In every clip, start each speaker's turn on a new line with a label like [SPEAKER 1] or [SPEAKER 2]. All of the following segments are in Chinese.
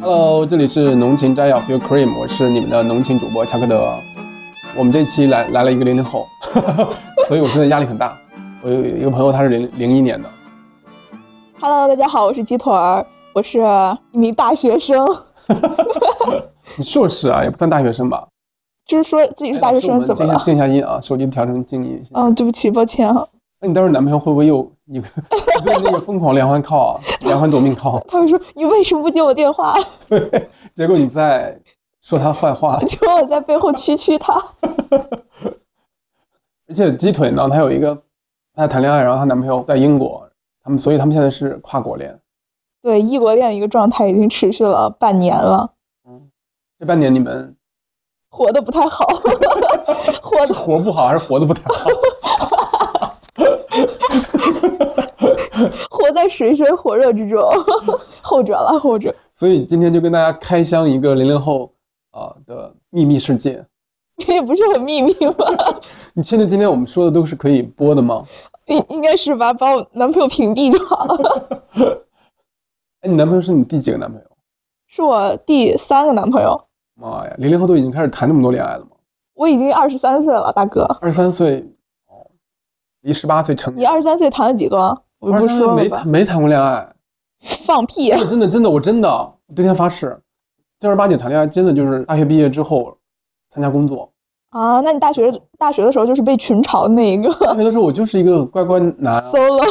[SPEAKER 1] Hello，这里是浓情摘要 Feel Cream，我是你们的浓情主播乔克德。我们这期来来了一个零零后， 所以我现在压力很大。我有一个朋友，他是零零一年的，
[SPEAKER 2] Hello，大家好，我是鸡腿儿，我是一名大学生，
[SPEAKER 1] 你硕士啊，也不算大学生吧？
[SPEAKER 2] 就是说自己是大学生怎么
[SPEAKER 1] 哎老师我
[SPEAKER 2] 了？
[SPEAKER 1] 们静一下静一下音啊，手机调成静音。谢谢
[SPEAKER 2] 嗯，对不起，抱歉啊。
[SPEAKER 1] 那你待会儿男朋友会不会又你你被那个 疯狂连环靠 啊，连环夺命靠？
[SPEAKER 2] 他们说你为什么不接我电话？
[SPEAKER 1] 对，结果你在说他坏话，
[SPEAKER 2] 结果我在背后蛐蛐他。
[SPEAKER 1] 而且鸡腿呢，她有一个，她谈恋爱，然后她男朋友在英国，他们所以他们现在是跨国恋。
[SPEAKER 2] 对，异国恋一个状态已经持续了半年了，
[SPEAKER 1] 这半年你们
[SPEAKER 2] 活得不太好， 活
[SPEAKER 1] 是
[SPEAKER 2] 得
[SPEAKER 1] 活不好还是活得不太好？
[SPEAKER 2] 活在水深火热之中， 后者了，后者。
[SPEAKER 1] 所以今天就跟大家开箱一个零零后啊、呃的秘密世界。
[SPEAKER 2] 也不是很秘密吧？
[SPEAKER 1] 你确定今天我们说的都是可以播的吗？
[SPEAKER 2] 应应该是吧，把我男朋友屏蔽就好了。
[SPEAKER 1] 哎，你男朋友是你第几个男朋友？
[SPEAKER 2] 是我第三个男朋友，
[SPEAKER 1] 妈呀，零零后都已经开始谈那么多恋爱了吗？
[SPEAKER 2] 我已经二十三岁了，大哥，
[SPEAKER 1] 二十三岁，哦，离十八岁成
[SPEAKER 2] 你
[SPEAKER 1] 年，
[SPEAKER 2] 二十三岁谈了几个？我
[SPEAKER 1] 二
[SPEAKER 2] 不
[SPEAKER 1] 十三
[SPEAKER 2] 是
[SPEAKER 1] 岁
[SPEAKER 2] 说
[SPEAKER 1] 没
[SPEAKER 2] 了吧
[SPEAKER 1] 谈，没谈过恋爱，
[SPEAKER 2] 放屁！啊
[SPEAKER 1] 真的真的真的我真的我对天发誓，正儿八经谈恋爱真的就是大学毕业之后参加工作。
[SPEAKER 2] 啊，那你大学大学的时候就是被群嘲的那一个
[SPEAKER 1] 大学的时候我就是一个乖乖男啊，
[SPEAKER 2] solo，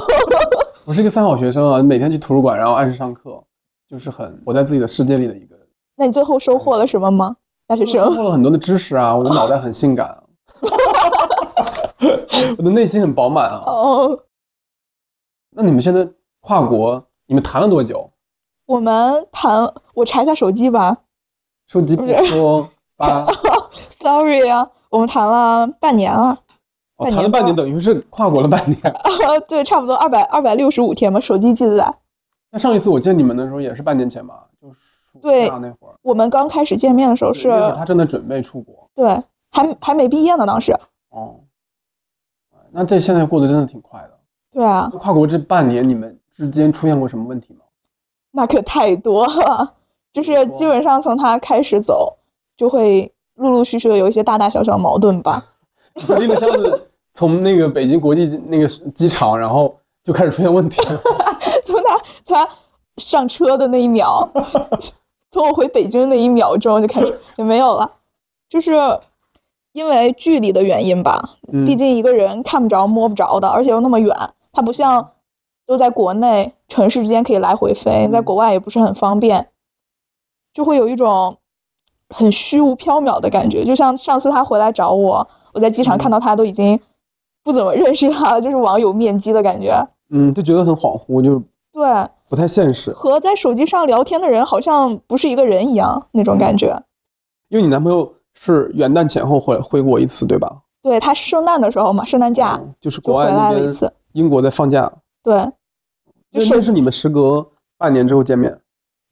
[SPEAKER 1] 我是一个三好学生啊，每天去图书馆，然后按时上课，就是很活在自己的世界里的一个人。
[SPEAKER 2] 那你最后收获了什么吗？大学
[SPEAKER 1] 收
[SPEAKER 2] 生，
[SPEAKER 1] 获了很多的知识啊，我的脑袋很性感啊， 我的内心很饱满啊。
[SPEAKER 2] 哦，
[SPEAKER 1] 那你们现在跨国，你们谈了多久？
[SPEAKER 2] 我们谈，我查一下手机吧
[SPEAKER 1] 说几
[SPEAKER 2] 不是
[SPEAKER 1] 说八，
[SPEAKER 2] ，sorry 啊，我们谈了半年了，啊
[SPEAKER 1] 哦，谈了半年，等于是跨国了半年。
[SPEAKER 2] 对，差不多二百二百六十五天吧，手机记得在。
[SPEAKER 1] 那上一次我见你们的时候也是半年前吧，就是暑
[SPEAKER 2] 对
[SPEAKER 1] 假那会儿，
[SPEAKER 2] 我们刚开始见面的时候
[SPEAKER 1] 对
[SPEAKER 2] 是，
[SPEAKER 1] 那会儿他正在准备出国
[SPEAKER 2] 对，还还没毕业呢，当时，
[SPEAKER 1] 哦。那这现在过得真的挺快的。
[SPEAKER 2] 对啊，
[SPEAKER 1] 那跨国这半年，你们之间出现过什么问题吗？
[SPEAKER 2] 那可太多了，就是基本上从他开始走，就会陆陆续续的有一些大大小小矛盾吧。
[SPEAKER 1] 我拎着箱子从那个北京国际那个机场，然后就开始出现问题 了。
[SPEAKER 2] 从他从他上车的那一秒， 从我回北京的那一秒钟就开始也没有了，就是因为距离的原因吧，
[SPEAKER 1] 嗯
[SPEAKER 2] 毕竟一个人看不着摸不着的，而且又那么远，他不像都在国内城市之间可以来回飞，
[SPEAKER 1] 嗯
[SPEAKER 2] 在国外也不是很方便，就会有一种很虚无缥缈的感觉。就像上次他回来找我，我在机场
[SPEAKER 1] 嗯
[SPEAKER 2] 看到他都已经不怎么认识他了，就是网友面基的感觉。
[SPEAKER 1] 嗯，就觉得很恍惚，就
[SPEAKER 2] 对，
[SPEAKER 1] 不太现实。
[SPEAKER 2] 和在手机上聊天的人好像不是一个人一样那
[SPEAKER 1] 嗯
[SPEAKER 2] 种感觉。
[SPEAKER 1] 因为你男朋友是元旦前后回回国一次，对吧？
[SPEAKER 2] 对他圣诞的时候嘛，圣诞假
[SPEAKER 1] 嗯就是
[SPEAKER 2] 啊就
[SPEAKER 1] 国
[SPEAKER 2] 回
[SPEAKER 1] 外那
[SPEAKER 2] 来了一
[SPEAKER 1] 边，
[SPEAKER 2] 次。
[SPEAKER 1] 英国在放假，
[SPEAKER 2] 对，
[SPEAKER 1] 那
[SPEAKER 2] 就
[SPEAKER 1] 那
[SPEAKER 2] 是
[SPEAKER 1] 是你们时隔半年之后见面，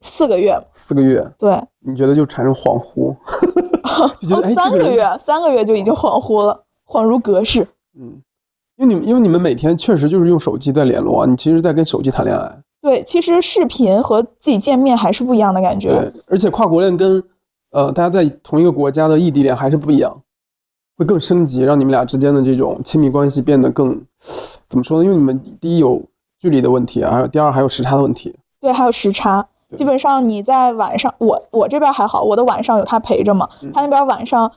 [SPEAKER 2] 四个月。
[SPEAKER 1] 四个月，
[SPEAKER 2] 对，
[SPEAKER 1] 你觉得就产生恍惚， 就觉
[SPEAKER 2] 哦
[SPEAKER 1] 得哎，，
[SPEAKER 2] 三
[SPEAKER 1] 这个
[SPEAKER 2] 个
[SPEAKER 1] 人，
[SPEAKER 2] 月，三个月就已经恍惚了，恍如隔世。
[SPEAKER 1] 嗯，因为你们因为你们每天确实就是用手机在联络啊，你其实在跟手机谈恋爱，
[SPEAKER 2] 对，其实视频和自己见面还是不一样的感觉。
[SPEAKER 1] 对，而且跨国恋跟呃大家在同一个国家的异地恋还是不一样，会更升级，让你们俩之间的这种亲密关系变得更怎么说呢？因为你们第一有距离的问题，啊还有第二还有时差的问题。
[SPEAKER 2] 对，还有时差，
[SPEAKER 1] 对
[SPEAKER 2] 基本上你在晚上，我我这边还好，我的晚上有他陪着嘛，
[SPEAKER 1] 嗯
[SPEAKER 2] 他那边晚上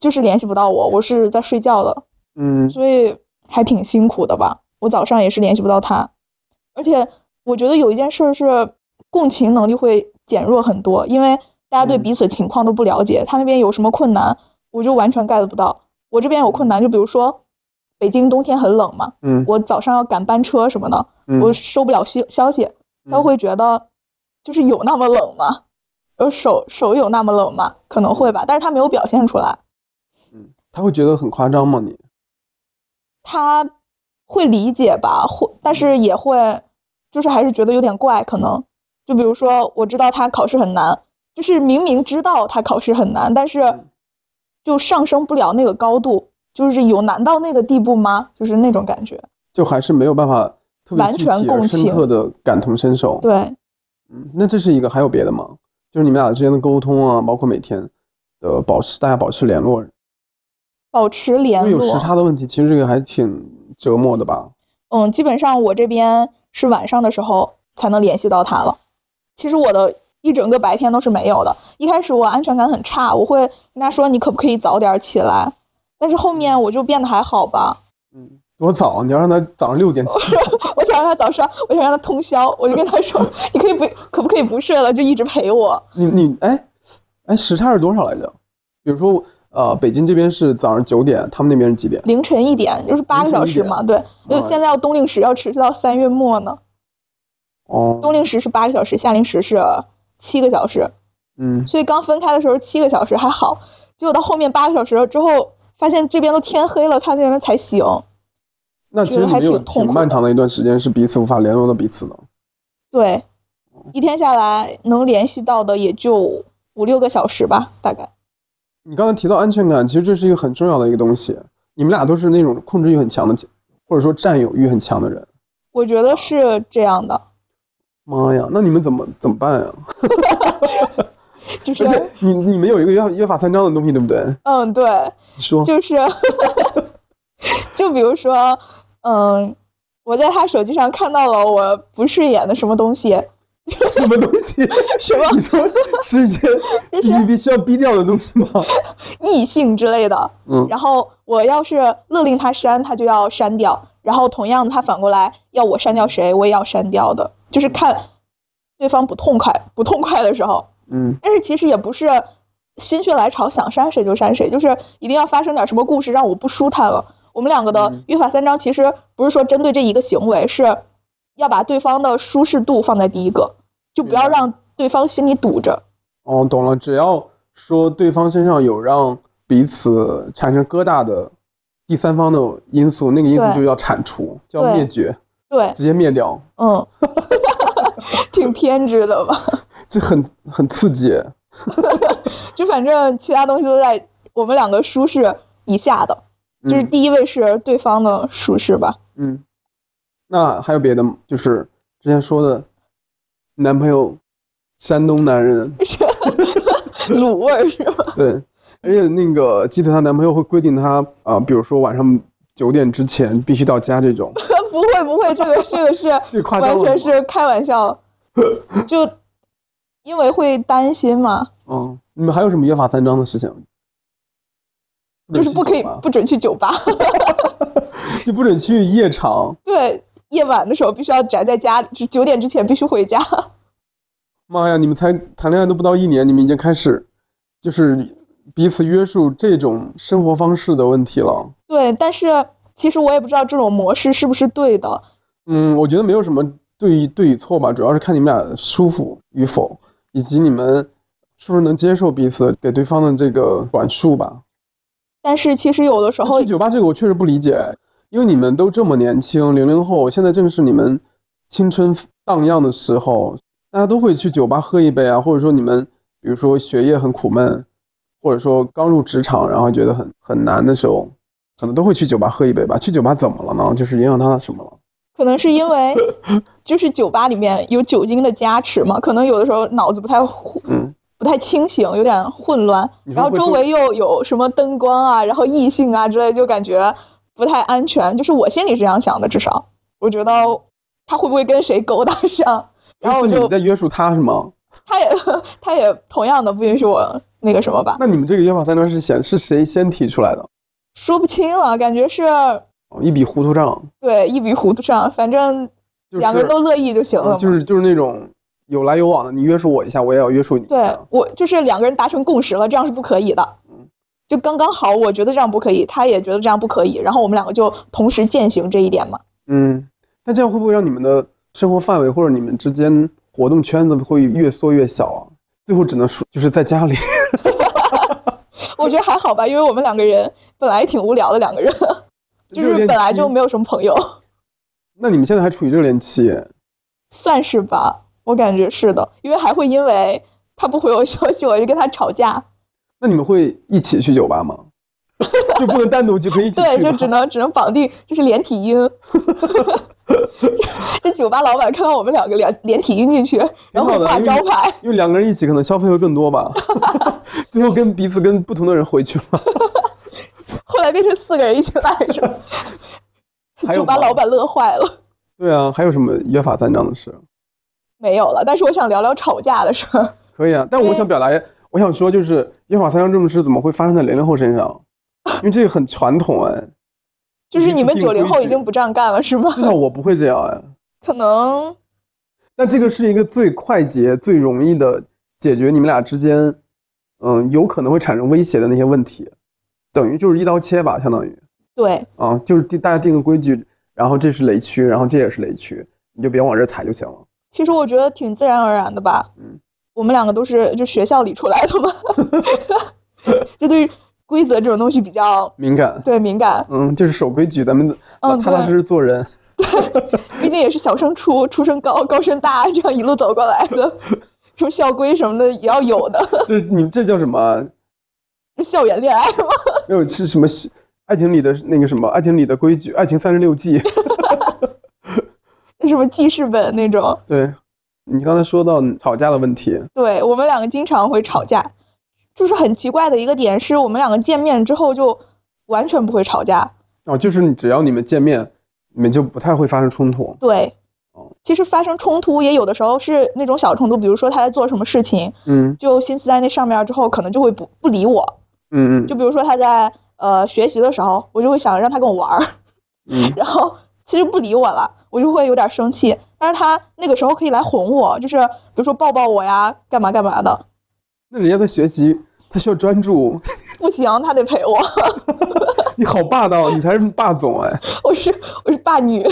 [SPEAKER 2] 就是联系不到我，我是在睡觉的。
[SPEAKER 1] 嗯，
[SPEAKER 2] 所以还挺辛苦的吧。我早上也是联系不到他，而且我觉得有一件事儿是共情能力会减弱很多，因为大家对
[SPEAKER 1] 嗯
[SPEAKER 2] 彼此情况都不了解，他那边有什么困难，我就完全 get 不到。我这边有困难，就比如说北京冬天很冷嘛，
[SPEAKER 1] 嗯
[SPEAKER 2] 我早上要赶班车什么的，
[SPEAKER 1] 嗯
[SPEAKER 2] 我收不了消消息，他会觉得就是有那么冷吗？呃，手手有那么冷吗？可能会吧，但是他没有表现出来。
[SPEAKER 1] 他会觉得很夸张吗？你
[SPEAKER 2] 他会理解吧，会，但是
[SPEAKER 1] 嗯
[SPEAKER 2] 也会，就是还是觉得有点怪，可能。就比如说，我知道他考试很难，就是明明知道他考试很难，但是
[SPEAKER 1] 嗯
[SPEAKER 2] 就上升不了那个高度，就是有难到那个地步吗？就是那种感觉。
[SPEAKER 1] 就还是没有办法特别
[SPEAKER 2] 完
[SPEAKER 1] 具
[SPEAKER 2] 全
[SPEAKER 1] 体而
[SPEAKER 2] 共
[SPEAKER 1] 深
[SPEAKER 2] 情
[SPEAKER 1] 刻的感同身受。
[SPEAKER 2] 对，
[SPEAKER 1] 嗯，那这是一个，还有别的吗？就是你们俩之间的沟通啊，包括每天的保持，大家保持联络，
[SPEAKER 2] 保持
[SPEAKER 1] 因
[SPEAKER 2] 联
[SPEAKER 1] 为有时
[SPEAKER 2] 络。
[SPEAKER 1] 差的问题，其实这个还挺折磨的吧？
[SPEAKER 2] 嗯，基本上我这边是晚上的时候才能联系到他了。其实我的一整个白天都是没有的。一开始我安全感很差，我会跟他说：“你可不可以早点起来？”但是后面我就变得还好吧。
[SPEAKER 1] 嗯，多早？你要让他早上六点起来，
[SPEAKER 2] 我想让他早上，我想让他通宵，我就跟他说，你可以不可不可以不睡了，就一直陪我。
[SPEAKER 1] 你你哎哎，时差是多少来着？比如说呃，北京这边是早上九点，他们那边是几点？
[SPEAKER 2] 凌晨一点就是八个小时嘛，对，因为现在要冬令时要持续到三月末呢，冬
[SPEAKER 1] 哦，
[SPEAKER 2] 令时是八个小时，夏令时是七个小时，
[SPEAKER 1] 嗯，
[SPEAKER 2] 所以刚分开的时候七个小时还好，结果到后面八个小时之后，发现这边都天黑了，他那边才醒。
[SPEAKER 1] 那其实你们
[SPEAKER 2] 觉得还
[SPEAKER 1] 有
[SPEAKER 2] 挺痛苦
[SPEAKER 1] 挺
[SPEAKER 2] 的
[SPEAKER 1] 漫长的一段时间是彼此无法联络到彼此的。
[SPEAKER 2] 对，一天下来能联系到的也就五六个小时吧，大概。
[SPEAKER 1] 你刚才提到安全感，其实这是一个很重要的一个东西。你们俩都是那种控制欲很强的，或者说占有欲很强的人。
[SPEAKER 2] 我觉得是这样的，
[SPEAKER 1] 妈呀，那你们怎么怎么办呀？
[SPEAKER 2] 就是啊
[SPEAKER 1] 而且你你们有一个约约法三章的东西，对不对？
[SPEAKER 2] 嗯，对，
[SPEAKER 1] 你说，
[SPEAKER 2] 就是， 就比如说，嗯，我在他手机上看到了我不顺眼的什么东西，
[SPEAKER 1] 什么东西？
[SPEAKER 2] 什么啊
[SPEAKER 1] 你说是一 些你必须要逼掉的东西吗？
[SPEAKER 2] 异性之类的，
[SPEAKER 1] 嗯，
[SPEAKER 2] 然后我要是勒令他删，他就要删掉，然后同样他反过来要我删掉谁，我也要删掉的，就是看对方不痛快不痛快的时候，
[SPEAKER 1] 嗯，
[SPEAKER 2] 但是其实也不是心血来潮想删谁就删谁，就是一定要发生点什么故事让我不舒坦了。我们两个
[SPEAKER 1] 嗯
[SPEAKER 2] 的约法三章其实不是说针对这一个行为，是要把对方的舒适度放在第一个，就不要
[SPEAKER 1] 明白
[SPEAKER 2] 让对方心里堵着。
[SPEAKER 1] 哦，懂了。只要说对方身上有让彼此产生疙瘩的第三方的因素，那个因素
[SPEAKER 2] 对
[SPEAKER 1] 就要铲除，就要
[SPEAKER 2] 对
[SPEAKER 1] 灭绝，
[SPEAKER 2] 对，
[SPEAKER 1] 直接灭掉。
[SPEAKER 2] 嗯， 挺偏执的吧？
[SPEAKER 1] 这很很刺激。嗯
[SPEAKER 2] 就反正其他东西都在我们两个舒适以下的，就是第一位是对方的舒适吧。
[SPEAKER 1] 嗯，嗯那还有别的吗？就是之前说的男朋友，山东男人，
[SPEAKER 2] 卤味儿是吧？
[SPEAKER 1] 对，而且那个记得她男朋友会规定她啊、比如说晚上九点之前必须到家这种，
[SPEAKER 2] 不会不会，这 个这个是
[SPEAKER 1] 这夸张
[SPEAKER 2] 完
[SPEAKER 1] 了
[SPEAKER 2] 全
[SPEAKER 1] 吗
[SPEAKER 2] 是开 玩笑，就因为会担心嘛，
[SPEAKER 1] 嗯，你们还有什么约法三章的事情？
[SPEAKER 2] 就是不可以
[SPEAKER 1] 不
[SPEAKER 2] 不准去酒吧，
[SPEAKER 1] 准去酒吧 就不准去夜场。
[SPEAKER 2] 对，夜晚的时候必须要宅在家里，就九点之前必须回家。
[SPEAKER 1] 妈呀，你们才谈恋爱都不到一年，你们已经开始就是彼此约束这种生活方式的问题了。
[SPEAKER 2] 对，但是其实我也不知道这种模式是不是对的，
[SPEAKER 1] 嗯，我觉得没有什么对对与错吧，主要是看你们俩舒服与否，以及你们是不是能接受彼此给对方的这个管束吧。
[SPEAKER 2] 但是其实有的时
[SPEAKER 1] 那
[SPEAKER 2] 候
[SPEAKER 1] 去，酒吧这个我确实不理解，因为你们都这么年轻，零零后，现在正是你们青春荡漾的时候，大家都会去酒吧喝一杯啊，或者说你们比如说学业很苦闷，或者说刚入职场然后觉得很很难的时候，可能都会去酒吧喝一杯吧。去酒吧怎么了呢？就是影响他什么了？
[SPEAKER 2] 可能是因为就是酒吧里面有酒精的加持嘛，可能有的时候脑子不太糊
[SPEAKER 1] 嗯，
[SPEAKER 2] 不太清醒，有点混乱，
[SPEAKER 1] 你说
[SPEAKER 2] 然后
[SPEAKER 1] 会
[SPEAKER 2] 周
[SPEAKER 1] 做
[SPEAKER 2] 围又有什么灯光啊，然后异性啊之类，就感觉不太安全。就是我心里是这样想的，至少我觉得他会不会跟谁勾搭 上，然后我
[SPEAKER 1] 就是你
[SPEAKER 2] 就
[SPEAKER 1] 们在约束他是吗？
[SPEAKER 2] 他也他也同样的不允许我那个什么吧，
[SPEAKER 1] 那你们这个约法三章是先是谁先提出来的？
[SPEAKER 2] 说不清了，感觉是
[SPEAKER 1] 哦一笔糊涂账，
[SPEAKER 2] 对一笔糊涂上，反正
[SPEAKER 1] 就是
[SPEAKER 2] 两个人都乐意就行
[SPEAKER 1] 嗯
[SPEAKER 2] 了嘛。
[SPEAKER 1] 就是就是那种有来有往的，你约束我一下，我也要约束你一
[SPEAKER 2] 对
[SPEAKER 1] 下。
[SPEAKER 2] 我就是两个人达成共识了，这样是不可以的。
[SPEAKER 1] 嗯
[SPEAKER 2] 就刚刚好，我觉得这样不可以，他也觉得这样不可以，然后我们两个就同时践行这一点嘛。
[SPEAKER 1] 嗯，那这样会不会让你们的生活范围或者你们之间活动圈子会越缩越小啊？最后只能说就是在家里。
[SPEAKER 2] 我觉得还好吧，因为我们两个人本来挺无聊的两 个人， 就是
[SPEAKER 1] 热恋
[SPEAKER 2] 本来
[SPEAKER 1] 期
[SPEAKER 2] 就没有什么朋友，
[SPEAKER 1] 那你们现在还处于热恋期？
[SPEAKER 2] 算是吧，我感觉是的，因为还会因为他不回我消息，我就跟他吵架。
[SPEAKER 1] 那你们会一起去酒吧 吗？就不能单独去，可以一起去吗。
[SPEAKER 2] 对，就只能只能绑定，就是连体 婴。这酒吧老板看到我们两个连连体婴进去，然后
[SPEAKER 1] 挺好的
[SPEAKER 2] 挂招牌，
[SPEAKER 1] 因为两个人一起可能消费会更多 吧。最后跟彼此跟不同的人回去了，
[SPEAKER 2] 后来变成四个人一起来是吧？
[SPEAKER 1] 还有
[SPEAKER 2] 酒吧
[SPEAKER 1] 吗
[SPEAKER 2] 老板乐坏了。
[SPEAKER 1] 对啊，还有什么约法三章的事？
[SPEAKER 2] 没有了，但是我想聊聊吵架的事 儿。
[SPEAKER 1] 可以啊，但我想表达，我想说就是约法三章这种事怎么会发生在零零后身上？因为这个很传统哎，
[SPEAKER 2] 就是你们
[SPEAKER 1] 一次
[SPEAKER 2] 九
[SPEAKER 1] 定
[SPEAKER 2] 零后
[SPEAKER 1] 规
[SPEAKER 2] 已
[SPEAKER 1] 矩
[SPEAKER 2] 经不这样干了是吗？
[SPEAKER 1] 至少我不会这样哎。
[SPEAKER 2] 可能
[SPEAKER 1] 那这个是一个最快捷、最容易的解决你们俩之间，嗯，有可能会产生威胁的那些问题，等于就是一刀切吧，相当于
[SPEAKER 2] 对，
[SPEAKER 1] 啊，就是定大家定个规矩，然后这是雷区，然后这也是雷区，你就别往这踩就行了。
[SPEAKER 2] 其实我觉得挺自然而然的吧。
[SPEAKER 1] 嗯，
[SPEAKER 2] 我们两个都是就学校里出 来的嘛，就对规则这种东西比较
[SPEAKER 1] 敏感，
[SPEAKER 2] 对敏感。
[SPEAKER 1] 嗯，就是守规矩，咱们
[SPEAKER 2] 嗯
[SPEAKER 1] 老踏踏实实做人。
[SPEAKER 2] 毕竟也是小升初，初升高，高升大，这样一路走过 来的，什么校规什么的也要有的。
[SPEAKER 1] 这你这叫什么啊？
[SPEAKER 2] 这校园恋爱嘛，
[SPEAKER 1] 没有是什么？爱情里的那个什么，爱情里的规矩，爱情三十六计。
[SPEAKER 2] 什么记事本那种。
[SPEAKER 1] 对，你刚才说到吵架的问题，
[SPEAKER 2] 对我们两个经常会吵架，就是很奇怪的一个点是我们两个见面之后就完全不会吵架。
[SPEAKER 1] 哦，就是你只要你们见面，你们就不太会发生冲突。
[SPEAKER 2] 对
[SPEAKER 1] 哦，
[SPEAKER 2] 其实发生冲突也有的时候是那种小冲突，比如说他在做什么事情，
[SPEAKER 1] 嗯
[SPEAKER 2] 就心思在那上面之后，可能就会不不理我。
[SPEAKER 1] 嗯
[SPEAKER 2] 就比如说他在呃学习的时候，我就会想让他跟我玩儿。
[SPEAKER 1] 嗯
[SPEAKER 2] 然后他就不理我了，我就会有点生气。但是他那个时候可以来哄我，就是比如说抱抱我呀，干嘛干嘛的。
[SPEAKER 1] 那人家在学习，他需要专注。
[SPEAKER 2] 不行，他得陪我，
[SPEAKER 1] 你好霸道，啊你才是霸总哎
[SPEAKER 2] 我是我是霸女。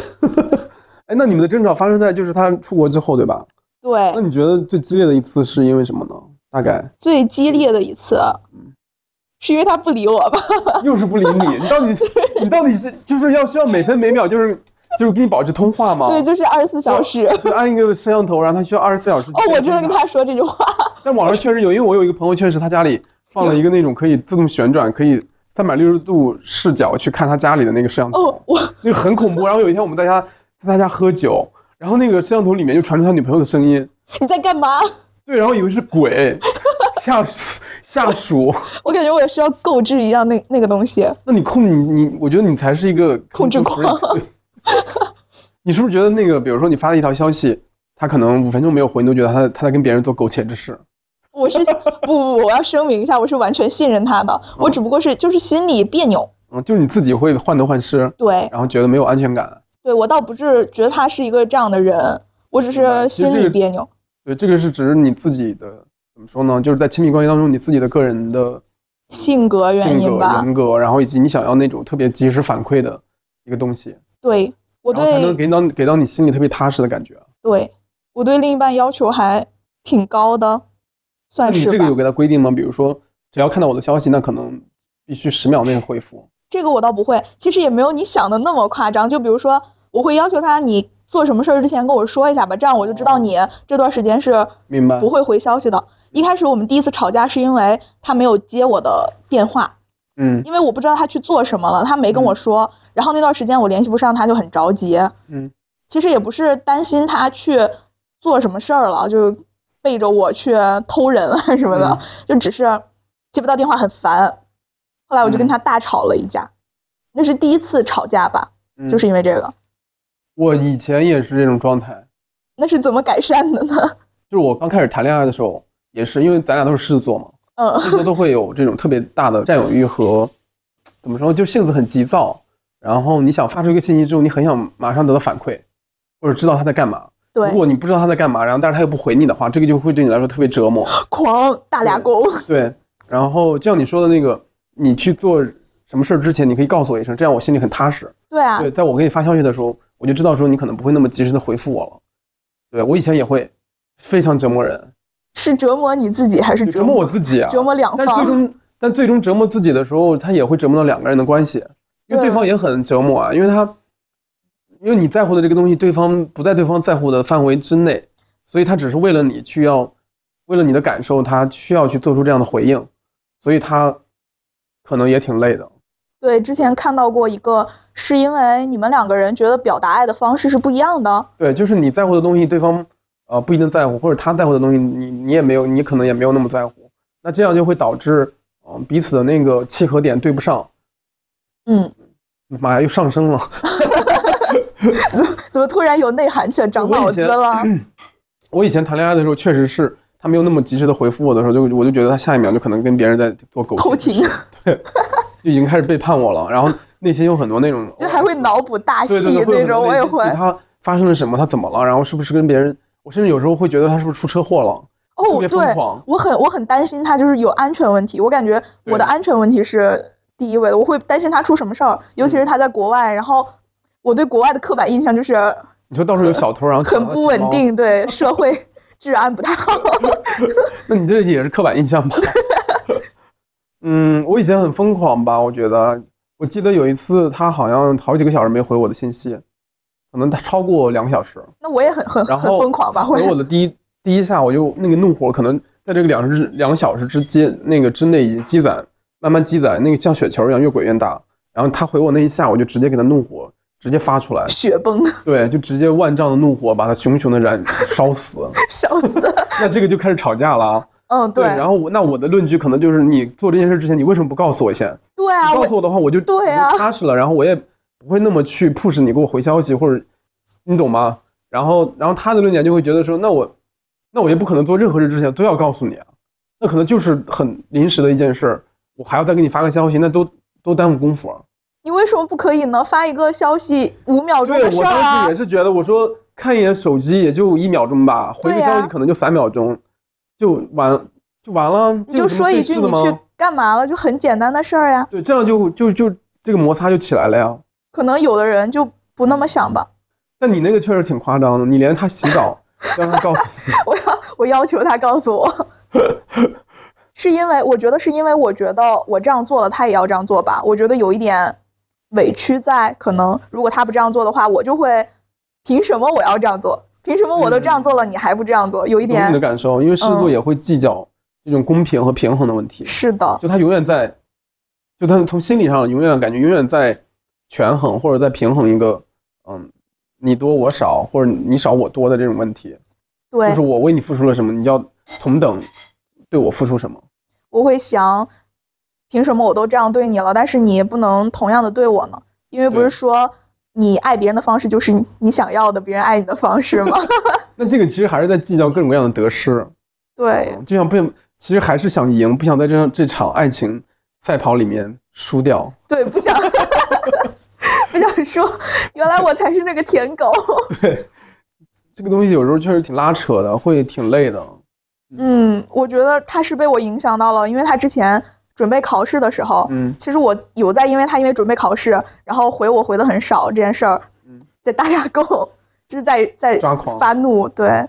[SPEAKER 1] 哎。那你们的争吵发生在就是他出国之后，对吧？
[SPEAKER 2] 对
[SPEAKER 1] 那，你觉得最激烈的一次是因为什么呢？大 概
[SPEAKER 2] 最激烈的一次，
[SPEAKER 1] 嗯
[SPEAKER 2] 是因为他不理我吧？
[SPEAKER 1] 又是不理你，你到底你到底是就是要需要每分每秒就是就是跟你保持通话吗？
[SPEAKER 2] 对，就是二十四
[SPEAKER 1] 哦
[SPEAKER 2] 小时。
[SPEAKER 1] 就安一个摄像头，然后他需要二十四小时。
[SPEAKER 2] 哦，我真的跟他说这句话。
[SPEAKER 1] 但网上确实有，因为我有一个朋友，确实他家里放了一个那种可以自动旋转、可以三百六十度视角去看他家里的那个摄像头，
[SPEAKER 2] 哦，我
[SPEAKER 1] 那个很恐怖。然后有一天我们在家在他家喝酒，然后那个摄像头里面就传出他女朋友的声音，
[SPEAKER 2] 你在干嘛？
[SPEAKER 1] 对，然后以为是鬼 下属下属。
[SPEAKER 2] 我感觉我也需要购置一样那那个东西。
[SPEAKER 1] 那你控你你，我觉得你才是一个
[SPEAKER 2] 控制狂
[SPEAKER 1] 控制。对你是不是觉得那个，比如说你发了一条消息，他可能五分钟没有回，你都觉得他他在跟别人做苟且之事？
[SPEAKER 2] 我 是不不不，我要声明一下，我是完全信任他
[SPEAKER 1] 哦
[SPEAKER 2] 的，我只不过是就是心里别扭。
[SPEAKER 1] 嗯，就是你自己会患得患失，
[SPEAKER 2] 对，
[SPEAKER 1] 然后觉得没有安全感。
[SPEAKER 2] 对我倒不是觉得他是一个这样的人，我只
[SPEAKER 1] 明白
[SPEAKER 2] 是
[SPEAKER 1] 其实
[SPEAKER 2] 心
[SPEAKER 1] 这
[SPEAKER 2] 里
[SPEAKER 1] 个
[SPEAKER 2] 别扭。
[SPEAKER 1] 对，这个是指你自己的怎么说呢？就是在亲密关系当中，你自己的个人的
[SPEAKER 2] 性格原
[SPEAKER 1] 性
[SPEAKER 2] 因
[SPEAKER 1] 格、
[SPEAKER 2] 吧，
[SPEAKER 1] 人格，然后以及你想要那种特别及时反馈的一个东西，
[SPEAKER 2] 对我
[SPEAKER 1] 然后才能
[SPEAKER 2] 对
[SPEAKER 1] 给到给到你心里特别踏实的感觉。啊
[SPEAKER 2] 对我对另一半要求还挺高的，
[SPEAKER 1] 那
[SPEAKER 2] 算
[SPEAKER 1] 你
[SPEAKER 2] 是吧。
[SPEAKER 1] 这个有给他规定吗？比如说，只要看到我的消息，那可能必须十秒内回复。
[SPEAKER 2] 这个我倒不会，其实也没有你想的那么夸张。就比如说，我会要求他你做什么事儿之前跟我说一下吧，这样我就知道你这段时间是
[SPEAKER 1] 明白
[SPEAKER 2] 不？会回消息的。一开始我们第一次吵架是因为他没有接我的电话，
[SPEAKER 1] 嗯
[SPEAKER 2] 因为我不知道他去做什么了，他没跟我说。然后那段时间我联系不上他，就很着急。
[SPEAKER 1] 嗯，
[SPEAKER 2] 其实也不是担心他去做什么事儿了，就背着我去偷人了什么的，
[SPEAKER 1] 嗯
[SPEAKER 2] 就只是接不到电话很烦。后来我就
[SPEAKER 1] 嗯
[SPEAKER 2] 跟他大吵了一架，那是第一次吵架吧，
[SPEAKER 1] 嗯
[SPEAKER 2] 就是因为这个。
[SPEAKER 1] 我以前也是这种状态，
[SPEAKER 2] 那是怎么改善的呢？
[SPEAKER 1] 就是我刚开始谈恋爱的时候，也是因为咱俩都是狮子座嘛，
[SPEAKER 2] 嗯
[SPEAKER 1] 狮子座都会有这种特别大的占有欲和怎么说，就性子很急躁。然后你想发出一个信息之后，你很想马上得到反馈，或者知道他在干嘛。
[SPEAKER 2] 对
[SPEAKER 1] 如，果你不知道他在干嘛，然后但是他又不回你的话，这个就会对你来说特别折 磨。
[SPEAKER 2] 狂打俩工，
[SPEAKER 1] 对，然后就像你说的那个，你去做什么事儿之前，你可以告诉我一声，这样我心里很踏实。
[SPEAKER 2] 对啊，
[SPEAKER 1] 对，在我给你发消息的时候，我就知道说你可能不会那么及时的回复我了。对我以前也会，非常折磨人，
[SPEAKER 2] 是折磨你自己还是
[SPEAKER 1] 就折磨我自己啊。
[SPEAKER 2] 折磨两
[SPEAKER 1] 但最
[SPEAKER 2] 方？
[SPEAKER 1] 终，但最终折磨自己的时候，他也会折磨到两个人的关系，因为对
[SPEAKER 2] 对
[SPEAKER 1] 方也很折磨啊，因为他，因为你在乎的这个东西，对方不在对方在乎的范围之内，所以他只是为了你去要为了你的感受，他需要去做出这样的回应，所以他可能也挺累的。
[SPEAKER 2] 对，之前看到过一个，是因为你们两个人觉得表达爱的方式是不一样的。
[SPEAKER 1] 对，就是你在乎的东西，对方呃不一定在乎，或者他在乎的东西，你你也没有，你可能也没有那么在乎。那这样就会导致，嗯、彼此的那个契合点对不上。
[SPEAKER 2] 嗯，
[SPEAKER 1] 妈呀，又上升了。
[SPEAKER 2] 怎么突然有内涵去长
[SPEAKER 1] 我以
[SPEAKER 2] 脑子
[SPEAKER 1] 前
[SPEAKER 2] 了？
[SPEAKER 1] 我以前谈恋爱的时候，确实是他没有那么及时的回复我的时候，就我就觉得他下一秒就可能跟别人在做狗
[SPEAKER 2] 偷 情，
[SPEAKER 1] 就已经开始背叛我了。然后内心有很多那种，哦
[SPEAKER 2] 就还会脑补大戏
[SPEAKER 1] 对对对，
[SPEAKER 2] 那种，我也会。
[SPEAKER 1] 他发生了什么？他怎么了？然后是不是跟别人？我甚至有时候会觉得他是不是出车祸了？特
[SPEAKER 2] 哦，
[SPEAKER 1] 别
[SPEAKER 2] 对
[SPEAKER 1] 疯狂，
[SPEAKER 2] 我很我很担心他就是有安全问题，我感觉我
[SPEAKER 1] 对
[SPEAKER 2] 的安全问题是第一位的，我会担心他出什么事儿，尤
[SPEAKER 1] 嗯
[SPEAKER 2] 其是他在国外，然后我对国外的刻板印象就是
[SPEAKER 1] 你说到时候有小偷，然后抢
[SPEAKER 2] 很
[SPEAKER 1] 他的
[SPEAKER 2] 不
[SPEAKER 1] 钱
[SPEAKER 2] 稳
[SPEAKER 1] 包，
[SPEAKER 2] 定，对社会治安不太好。
[SPEAKER 1] 那你这也是刻板印象吧？ 嗯，我以前很疯狂吧，我觉得，我记得有一次他好像好几个小时没回我的信息，可能他超过两个小时。
[SPEAKER 2] 那我也很很
[SPEAKER 1] 然
[SPEAKER 2] 很
[SPEAKER 1] 后
[SPEAKER 2] 疯狂 吧，
[SPEAKER 1] 回
[SPEAKER 2] 会，
[SPEAKER 1] 我的第一第一下，我就那个怒火可能在这个两日两个小时之间那个之内已经积攒，慢慢积攒，那个像雪球一样越滚越大。然后他回我那一下，我就直接给他怒火直接发出来
[SPEAKER 2] 雪崩，
[SPEAKER 1] 对，就直接万丈的怒火把他熊熊的燃烧死。
[SPEAKER 2] 笑死。
[SPEAKER 1] 那这个就开始吵架了啊。
[SPEAKER 2] 嗯，对，
[SPEAKER 1] 然后我那我的论据可能就是你做这件事之前，你为什么不告诉我先？
[SPEAKER 2] 对啊，
[SPEAKER 1] 你告
[SPEAKER 2] 我
[SPEAKER 1] 诉我的话，我就
[SPEAKER 2] 对
[SPEAKER 1] 我
[SPEAKER 2] 啊
[SPEAKER 1] 就踏实了，然后我也不会那么去 push 你给我回消息，或者你懂吗？然后，然后他的论点就会觉得说，那我，那我也不可能做任何事之前都要告诉你啊，那可能就是很临时的一件事儿，我还要再给你发个消息，那都都耽误功夫啊。
[SPEAKER 2] 你为什么不可以呢？发一个消息五秒钟
[SPEAKER 1] 对，
[SPEAKER 2] 的事
[SPEAKER 1] 我
[SPEAKER 2] 儿
[SPEAKER 1] 当
[SPEAKER 2] 啊
[SPEAKER 1] 时也！是觉得，我说看一眼手机也就一秒钟吧，回个
[SPEAKER 2] 对啊
[SPEAKER 1] 消
[SPEAKER 2] 呀
[SPEAKER 1] 息可能就三秒钟，就完就完了。
[SPEAKER 2] 你
[SPEAKER 1] 这有
[SPEAKER 2] 就
[SPEAKER 1] 什么
[SPEAKER 2] 说
[SPEAKER 1] 费
[SPEAKER 2] 一句
[SPEAKER 1] 事的
[SPEAKER 2] 你
[SPEAKER 1] 吗
[SPEAKER 2] 去干嘛了，就很简单的事儿呀。
[SPEAKER 1] 对，这样就就就这个摩擦就起来了呀。
[SPEAKER 2] 可能有的人就不那么想吧。
[SPEAKER 1] 但你那个确实挺夸张的，你连他洗 澡让他告诉你，
[SPEAKER 2] 我要我要求他告诉我， 是因为我觉得是因为我觉得我这样做了，他也要这样做吧。我觉得有一点委屈在，可能如果他不这样做的话，我就会凭什么我要这样做？凭什么我都这样做了，你还不这样做？有一
[SPEAKER 1] 懂你的
[SPEAKER 2] 点
[SPEAKER 1] 感受，因为狮子座
[SPEAKER 2] 嗯
[SPEAKER 1] 也会计较这种公平和平衡的问题，
[SPEAKER 2] 是的，
[SPEAKER 1] 就他永远在，就他从心理上永远感觉永远在权衡或者在平衡一个，嗯，你多我少或者你少我多的这种问题，就
[SPEAKER 2] 对
[SPEAKER 1] 是，我为你付出了什么，你就要同等对我付出什么。
[SPEAKER 2] 我会想，凭什么我都这样对你了，但是你不能同样的对我呢？因为不
[SPEAKER 1] 对
[SPEAKER 2] 是说你爱别人的方式就是你想要的别人爱你的方式吗？
[SPEAKER 1] 那这个其实还是在计较各种各样的得失，
[SPEAKER 2] 对，
[SPEAKER 1] 嗯就想不想，其实还是想赢，不想在这场这场爱情赛跑里面输掉。
[SPEAKER 2] 对，不想 不想说，原来我才是那个舔狗。
[SPEAKER 1] 这个东西有时候确实挺拉扯的，会挺累的。
[SPEAKER 2] 嗯，我觉得他是被我影响到了，因为他之前准备考试的时候，
[SPEAKER 1] 嗯，
[SPEAKER 2] 其实我有在因为他因为准备考试，然后回我回的很少这件事儿
[SPEAKER 1] 嗯，
[SPEAKER 2] 在打架斗，就是在在
[SPEAKER 1] 抓狂嗯
[SPEAKER 2] 发怒，对。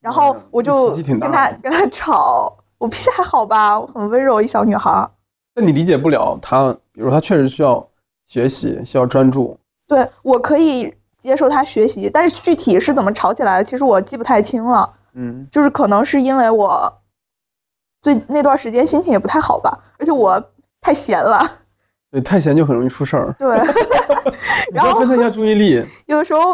[SPEAKER 2] 然后我就
[SPEAKER 1] 脾气挺
[SPEAKER 2] 跟
[SPEAKER 1] 大
[SPEAKER 2] 他
[SPEAKER 1] 的
[SPEAKER 2] 跟他吵，我脾气还好吧，我很温柔一小女孩儿。
[SPEAKER 1] 但你理解不了他，比如他确实需要学习，需要专注。
[SPEAKER 2] 对我可以接受他学习，但是具体是怎么吵起来的，其实我记不太清了。
[SPEAKER 1] 嗯，
[SPEAKER 2] 就是可能是因为我最那段时间心情也不太好吧，而且我太闲了，
[SPEAKER 1] 对，太闲就很容易出事 儿。
[SPEAKER 2] 对，
[SPEAKER 1] 你需要
[SPEAKER 2] 然后
[SPEAKER 1] 分散一下注意力。
[SPEAKER 2] 有的时候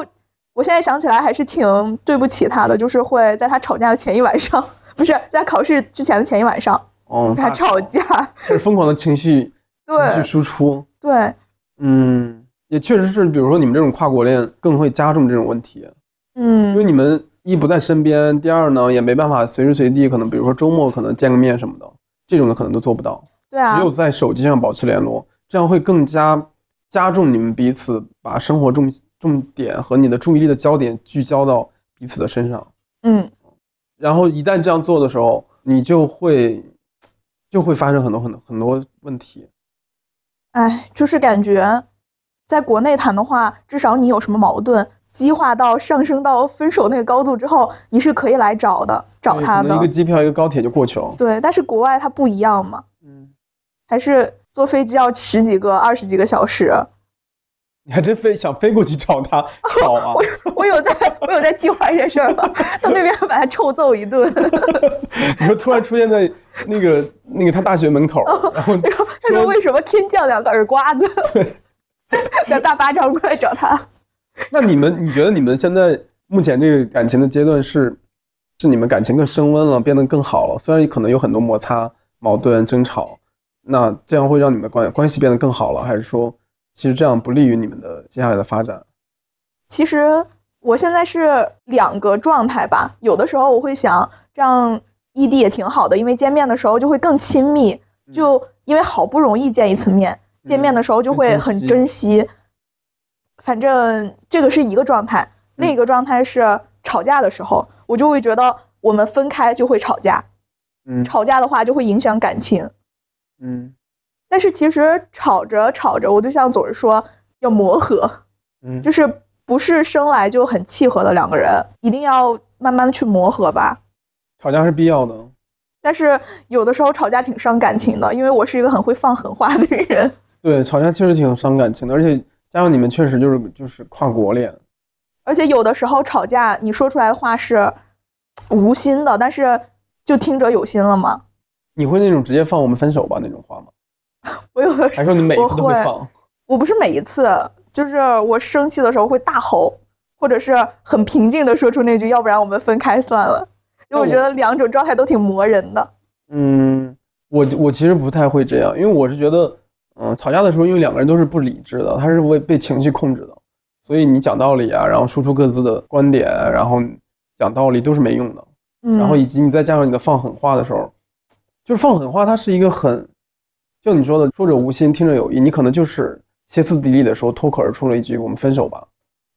[SPEAKER 2] 我现在想起来还是挺对不起他的，就是会在他吵架的前一晚上， 不是在考试之前的前一晚上
[SPEAKER 1] 哦，
[SPEAKER 2] 跟他吵架，
[SPEAKER 1] 是疯狂的情绪情绪
[SPEAKER 2] 对
[SPEAKER 1] 输出。
[SPEAKER 2] 对，
[SPEAKER 1] 嗯，也确实是，比如说你们这种跨国恋更会加重这种问题，因为
[SPEAKER 2] 嗯，
[SPEAKER 1] 你们一不在身边，第二呢也没办法随时随地，可能比如说周末可能见个面什么的，这种的可能都做不到。
[SPEAKER 2] 对啊
[SPEAKER 1] 只，有在手机上保持联络，这样会更加加重你们彼此把生活重重点和你的注意力的焦点聚焦到彼此的身上。
[SPEAKER 2] 嗯，
[SPEAKER 1] 然后一旦这样做的时候，你就会就会发生很多很多很多问题。
[SPEAKER 2] 哎，就是感觉在国内谈的话，至少你有什么矛盾。激化到上升到分手那个高度之后，你是可以来找的，找
[SPEAKER 1] 对
[SPEAKER 2] 他
[SPEAKER 1] 可能
[SPEAKER 2] 的
[SPEAKER 1] 一个。机票一个高铁就过去了。
[SPEAKER 2] 对，但是国外它不一样嘛，
[SPEAKER 1] 嗯，
[SPEAKER 2] 还是坐飞机要十几个、二十几个小时。
[SPEAKER 1] 你还真飞想飞过去找他 吵啊？
[SPEAKER 2] 我
[SPEAKER 3] 我有在，我有在计划这件事儿吗？到那边把他臭揍一顿。
[SPEAKER 1] 你说突然出现在那个那个他大学门 口，
[SPEAKER 2] 哦
[SPEAKER 1] 然后
[SPEAKER 3] 然后他说为什么天降两个耳刮子？两大巴掌过来找他。
[SPEAKER 1] 那你们，你觉得你们现在目前这个感情的阶段是，是你们感情更升温了，变得更好了？虽然可能有很多摩擦、矛盾、争吵，那这样会让你们关关系变得更好了，还是说其实这样不利于你们的接下来的发展？
[SPEAKER 2] 其实我现在是两个状态吧，有的时候我会想，这样异地也挺好的，因为见面的时候就会更亲密，就因为好不容易见一次面，见面的时候就会嗯很珍惜。反正这个是一个状态，另一个状态是吵架的时候，我就会觉得我们分开就会吵架，
[SPEAKER 1] 嗯
[SPEAKER 2] 吵架的话就会影响感情。
[SPEAKER 1] 嗯
[SPEAKER 2] 但是其实吵着吵着，我对象总是说要磨合，
[SPEAKER 1] 嗯，
[SPEAKER 2] 就是不是生来就很契合的两个人，一定要慢慢的去磨合吧。
[SPEAKER 1] 吵架是必要的。
[SPEAKER 2] 但是有的时候吵架挺伤感情的，因为我是一个很会放狠话的人。
[SPEAKER 1] 对，吵架确实挺伤感情的，而且加上你们确实就是就是跨国恋，
[SPEAKER 2] 而且有的时候吵架，你说出来的话是无心的，但是就听者有心了嘛。
[SPEAKER 1] 你会那种直接放我们分手吧那种话吗？
[SPEAKER 2] 我有的时
[SPEAKER 1] 还是说你每一次都
[SPEAKER 2] 我
[SPEAKER 1] 会
[SPEAKER 2] 会
[SPEAKER 1] 放？
[SPEAKER 2] 我不是每一次，就是我生气的时候会大吼，或者是很平静的说出那句“要不然我们分开算了”，因为我觉得两种状态都挺磨人的。
[SPEAKER 1] 嗯，我我其实不太会这样，因为我是觉得，嗯，吵架的时候，因为两个人都是不理智的，他是会被情绪控制的，所以你讲道理啊，然后输出各自的观点，然后讲道理都是没用的，
[SPEAKER 2] 嗯，
[SPEAKER 1] 然后以及你再加上你的放狠话的时候，就是放狠话，它是一个很，就你说的，说者无心，听者有意，你可能就是歇斯底里的时候脱口而出了一句“我们分手吧”，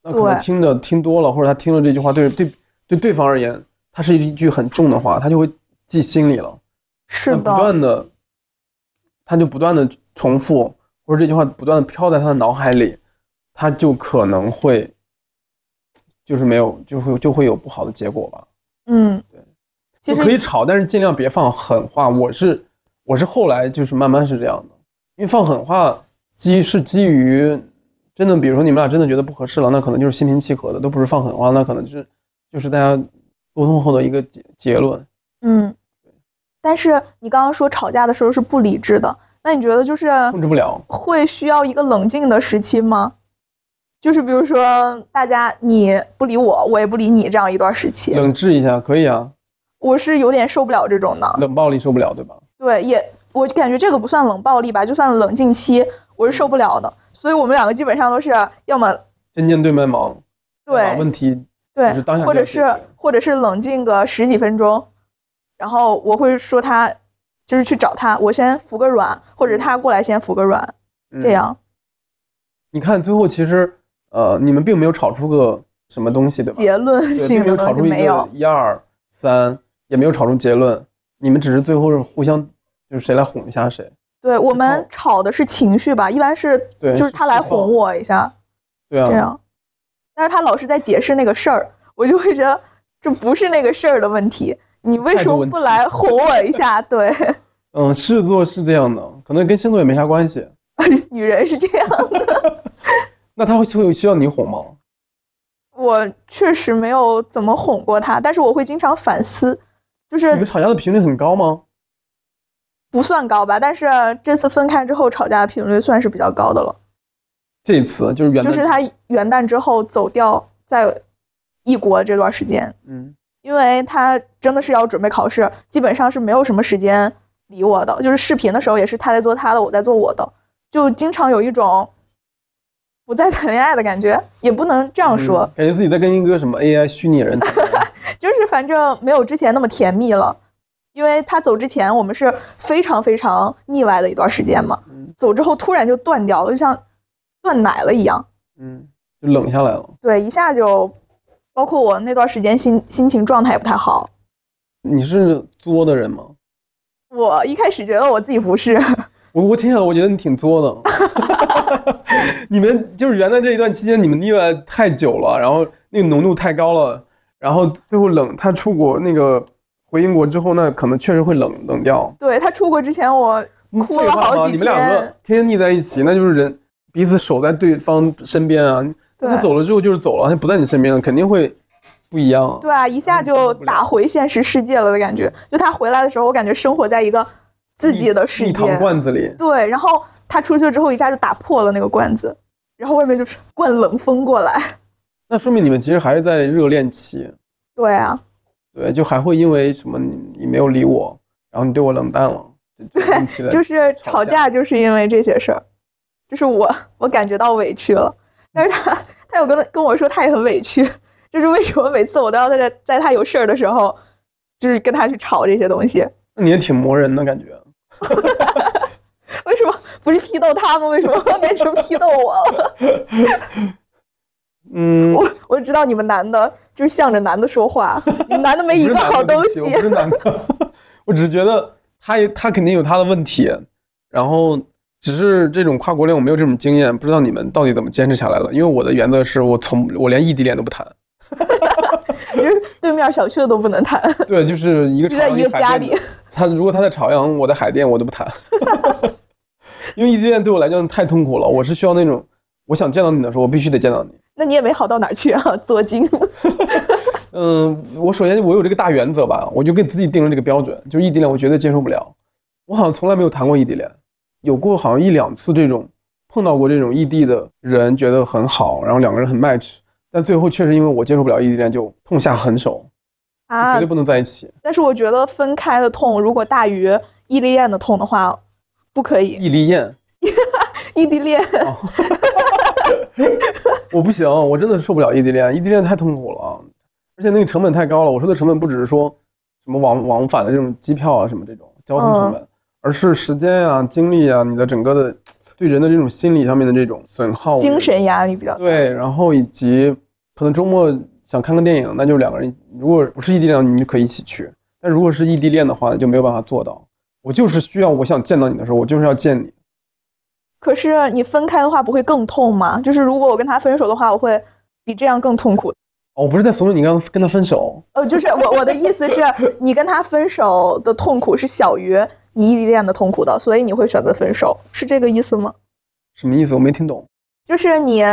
[SPEAKER 1] 那可能
[SPEAKER 2] 对
[SPEAKER 1] 听着听多了，或者他听了这句话，对对对对方而言，它是一句很重的话，他就会记心里了。
[SPEAKER 2] 是
[SPEAKER 1] 那
[SPEAKER 2] 的，
[SPEAKER 1] 不断的，他就不断的重复，或者这句话不断的飘在他的脑海里，他就可能会，就是没有，就会就会有不好的结果吧。
[SPEAKER 2] 嗯，其
[SPEAKER 1] 就
[SPEAKER 2] 实
[SPEAKER 1] 可以吵，但是尽量别放狠话。我是我是后来就是慢慢是这样的，因为放狠话基是基于真的，比如说你们俩真的觉得不合适了，那可能就是心平气和的，都不是放狠话，那可能就是就是大家沟通后的一个结结论。
[SPEAKER 2] 嗯，但是你刚刚说吵架的时候是不理智的，那你觉得就是
[SPEAKER 1] 控制不了。
[SPEAKER 2] 会需要一个冷静的时期吗？就是比如说，大家你不理我，我也不理你，这样一段时期，
[SPEAKER 1] 冷制一下可以啊，
[SPEAKER 2] 我是有点受不了这种的。
[SPEAKER 1] 冷暴力受不了，对吧？
[SPEAKER 2] 对，也我感觉这个不算冷暴力吧，就算冷静期，我是受不了的。所以我们两个基本上都是要么
[SPEAKER 1] 针尖对麦芒，把
[SPEAKER 2] 对
[SPEAKER 1] 问题
[SPEAKER 2] 对
[SPEAKER 1] 就是当下，
[SPEAKER 2] 或
[SPEAKER 1] 就要解
[SPEAKER 2] 者是
[SPEAKER 1] 决
[SPEAKER 2] 或者是冷静个十几分钟，然后我会说他，就是去找他，我先服个软，或者他过来先服个软，这。
[SPEAKER 1] 嗯
[SPEAKER 2] 样。
[SPEAKER 1] 你看最后其实呃，你们并没有吵出个什么东西，对吧？
[SPEAKER 2] 结论
[SPEAKER 1] 对，
[SPEAKER 2] 性
[SPEAKER 1] 并没
[SPEAKER 2] 的
[SPEAKER 1] 有吵
[SPEAKER 2] 东西
[SPEAKER 1] 出一
[SPEAKER 2] 没
[SPEAKER 1] 个
[SPEAKER 2] 有。
[SPEAKER 1] 一二三，也没有吵出结论，你们只是最后是互相就是谁来哄一下谁，
[SPEAKER 2] 对我
[SPEAKER 1] 之
[SPEAKER 2] 们
[SPEAKER 1] 后
[SPEAKER 2] 吵的是情绪吧，一般是
[SPEAKER 1] 对
[SPEAKER 2] 就
[SPEAKER 1] 是
[SPEAKER 2] 是他来
[SPEAKER 1] 释放
[SPEAKER 2] 哄我一下
[SPEAKER 1] 对啊，
[SPEAKER 2] 这样，但是他老是在解释那个事儿，我就会觉得这不是那个事儿的问题，你为
[SPEAKER 1] 态
[SPEAKER 2] 什
[SPEAKER 1] 度
[SPEAKER 2] 么
[SPEAKER 1] 问
[SPEAKER 2] 不
[SPEAKER 1] 题
[SPEAKER 2] 来哄我一 下？对，
[SPEAKER 1] 嗯，狮子座是这样的，可能跟星座也没啥关系。
[SPEAKER 2] 女人是这样的，
[SPEAKER 1] 那他会会需要你哄吗？
[SPEAKER 2] 我确实没有怎么哄过他，但是我会经常反思，就
[SPEAKER 1] 你们
[SPEAKER 2] 是
[SPEAKER 1] 吵架的频率很高吗？
[SPEAKER 2] 不算高吧，但是这次分开之后吵架的频率算是比较高的了，
[SPEAKER 1] 这一次就是原
[SPEAKER 2] 就是他元旦之后走掉在异国这段时间。
[SPEAKER 1] 嗯，
[SPEAKER 2] 因为他真的是要准备考试，基本上是没有什么时间理我的。就是视频的时候也是他在做他的，我在做我的，就经常有一种不再谈恋爱的感觉，也不能这样说
[SPEAKER 1] 嗯，感觉自己在跟一个什么 AI 虚拟人谈恋爱
[SPEAKER 2] 就是反正没有之前那么甜蜜了。因为他走之前，我们是非常非常腻歪的一段时间嘛
[SPEAKER 1] 嗯，
[SPEAKER 2] 走之后突然就断掉了，就像断奶了一样。
[SPEAKER 1] 嗯，就冷下来了。
[SPEAKER 2] 对，一下就，包括我那段时间心心情状态也不太好。
[SPEAKER 1] 你是作的人吗？
[SPEAKER 2] 我一开始觉得我自己不是，
[SPEAKER 1] 我我听下来，我觉得你挺作的。 你们就是原来这一段期间，你们腻歪太久了，然后那个浓度太高了，然后最后冷。他出国那个回英国之后，那可能确实会冷冷掉。
[SPEAKER 2] 对他出国之前我，哭了
[SPEAKER 1] 废话
[SPEAKER 2] 好
[SPEAKER 1] 嘛
[SPEAKER 2] 几
[SPEAKER 1] 你们两个
[SPEAKER 2] 天
[SPEAKER 1] 天天腻在一起，那就是人彼此守在对方身边啊。那他
[SPEAKER 2] 对
[SPEAKER 1] 走了之后就是走了，他不在你身边了，肯定会不一样啊。
[SPEAKER 2] 对啊，一下就打回现实世界了的感觉。就他回来的时候，我感觉生活在一个自己的世
[SPEAKER 1] 一
[SPEAKER 2] 界
[SPEAKER 1] 糖。罐子里，
[SPEAKER 2] 对，然后他出去之后，一下就打破了那个罐子，然后外面就是灌冷风过来。
[SPEAKER 1] 那说明你们其实还是在热恋期，
[SPEAKER 2] 对啊，
[SPEAKER 1] 对，就还会因为什么你你没有理我，然后你对我冷淡了，对
[SPEAKER 2] 就是
[SPEAKER 1] 吵
[SPEAKER 2] 吵
[SPEAKER 1] 架
[SPEAKER 2] 架就是因为这些事儿，就是我我感觉到委屈了，
[SPEAKER 1] 嗯
[SPEAKER 2] 但是他他有跟跟我说他也很委屈，就是为什么每次我都要在在他有事儿的时候，就是跟他去吵这些东西，
[SPEAKER 1] 那你也挺磨人的感觉。
[SPEAKER 2] 为什么不是批斗他吗？为什么变成批斗我了？
[SPEAKER 1] 嗯，
[SPEAKER 2] 我我知道你们男的就是向着男的说话，你们男的没一个好东西
[SPEAKER 1] 我。不是男的，对不起我不是男的 我只是觉得他也他肯定有他的问题，然后只是这种跨国恋我没有这种经验，不知道你们到底怎么坚持下来了。因为我的原则是我从我连异地恋都不谈，
[SPEAKER 2] 你就是对面小区的都不能谈，
[SPEAKER 1] 对，就是一个
[SPEAKER 2] 就
[SPEAKER 1] 朝
[SPEAKER 2] 在
[SPEAKER 1] 阳
[SPEAKER 2] 一个
[SPEAKER 1] 海
[SPEAKER 2] 家
[SPEAKER 1] 淀
[SPEAKER 2] 里
[SPEAKER 1] 的。他如果他在朝阳，我在海淀，我都不谈， 因为异地恋对我来讲太痛苦了。我是需要那种，我想见到你的时候，我必须得见到你。
[SPEAKER 2] 那你也没好到哪儿去啊，作精。
[SPEAKER 1] 嗯，我首先我有这个大原则吧，我就给自己定了这个标准，就是异地恋我绝对接受不了。我好像从来没有谈过异地恋，有过好像一两次这种碰到过这种异地的人，觉得很好，然后两个人很 match，但最后确实因为我接受不了异地恋，就痛下狠手，就绝
[SPEAKER 2] 啊
[SPEAKER 1] 对，不能在一起。
[SPEAKER 2] 但是我觉得分开的痛如果大于异地恋的痛的话，不可以。
[SPEAKER 1] 异地恋，
[SPEAKER 2] 异地恋，
[SPEAKER 1] 我不行，我真的受不了异地恋，异地恋太痛苦了，而且那个成本太高了。我说的成本不只是说什么往往返的这种机票啊什么这种交通成本，
[SPEAKER 2] 嗯
[SPEAKER 1] 而是时间啊、精力啊，你的整个的对人的这种心理上面的这种损耗，我觉得
[SPEAKER 2] 精神压力比较大。
[SPEAKER 1] 对，然后以及可能周末想看个电影，那就两个人，如果不是异地恋，你们就可以一起去；但如果是异地恋的话，就没有办法做到。我就是需要我想见到你的时候，我就是要见你。
[SPEAKER 2] 可是你分开的话不会更痛吗？就是如果我跟他分手的话，我会比这样更痛苦。
[SPEAKER 1] 哦，我不是在怂恿你刚跟他分手，
[SPEAKER 2] 呃，就是我我的意思是，你跟他分手的痛苦是小于你异地恋的痛苦的，所以你会选择分手，是这个意思吗？
[SPEAKER 1] 什么意思？我没听懂。
[SPEAKER 2] 就是你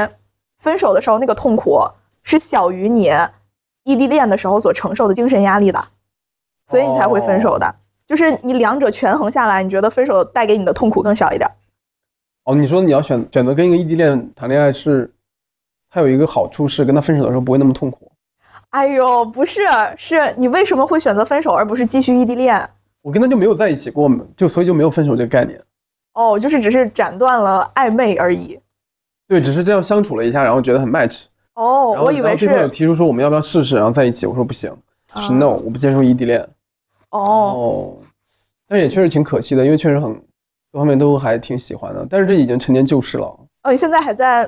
[SPEAKER 2] 分手的时候那个痛苦是小于你异地恋的时候所承受的精神压力的，所以你才会分手
[SPEAKER 1] 哦
[SPEAKER 2] 的。就是你两者权衡下来，你觉得分手带给你的痛苦更小一点？
[SPEAKER 1] 哦，你说你要选选择跟一个异地恋谈恋爱是，它有一个好处是跟他分手的时候不会那么痛苦。
[SPEAKER 2] 哎呦，不是，是你为什么会选择分手而不是继续异地恋？
[SPEAKER 1] 我跟他就没有在一起过，就所以就没有分手这个概念。
[SPEAKER 2] 哦，就是只是斩断了暧昧而已。
[SPEAKER 1] 对，只是这样相处了一下，然后觉得很 match。
[SPEAKER 2] 哦，
[SPEAKER 1] 然后
[SPEAKER 2] 我以
[SPEAKER 1] 然
[SPEAKER 2] 为
[SPEAKER 1] 后对方有
[SPEAKER 2] 是
[SPEAKER 1] 提出说我们要不要试试，然后在一起。我说不行，就是
[SPEAKER 2] 啊
[SPEAKER 1] no，我不接受异地恋。
[SPEAKER 2] 哦，
[SPEAKER 1] 哦，但是也确实挺可惜的，因为确实很各方面都还挺喜欢的。但是这已经陈年旧事了，
[SPEAKER 2] 哦，你现在还在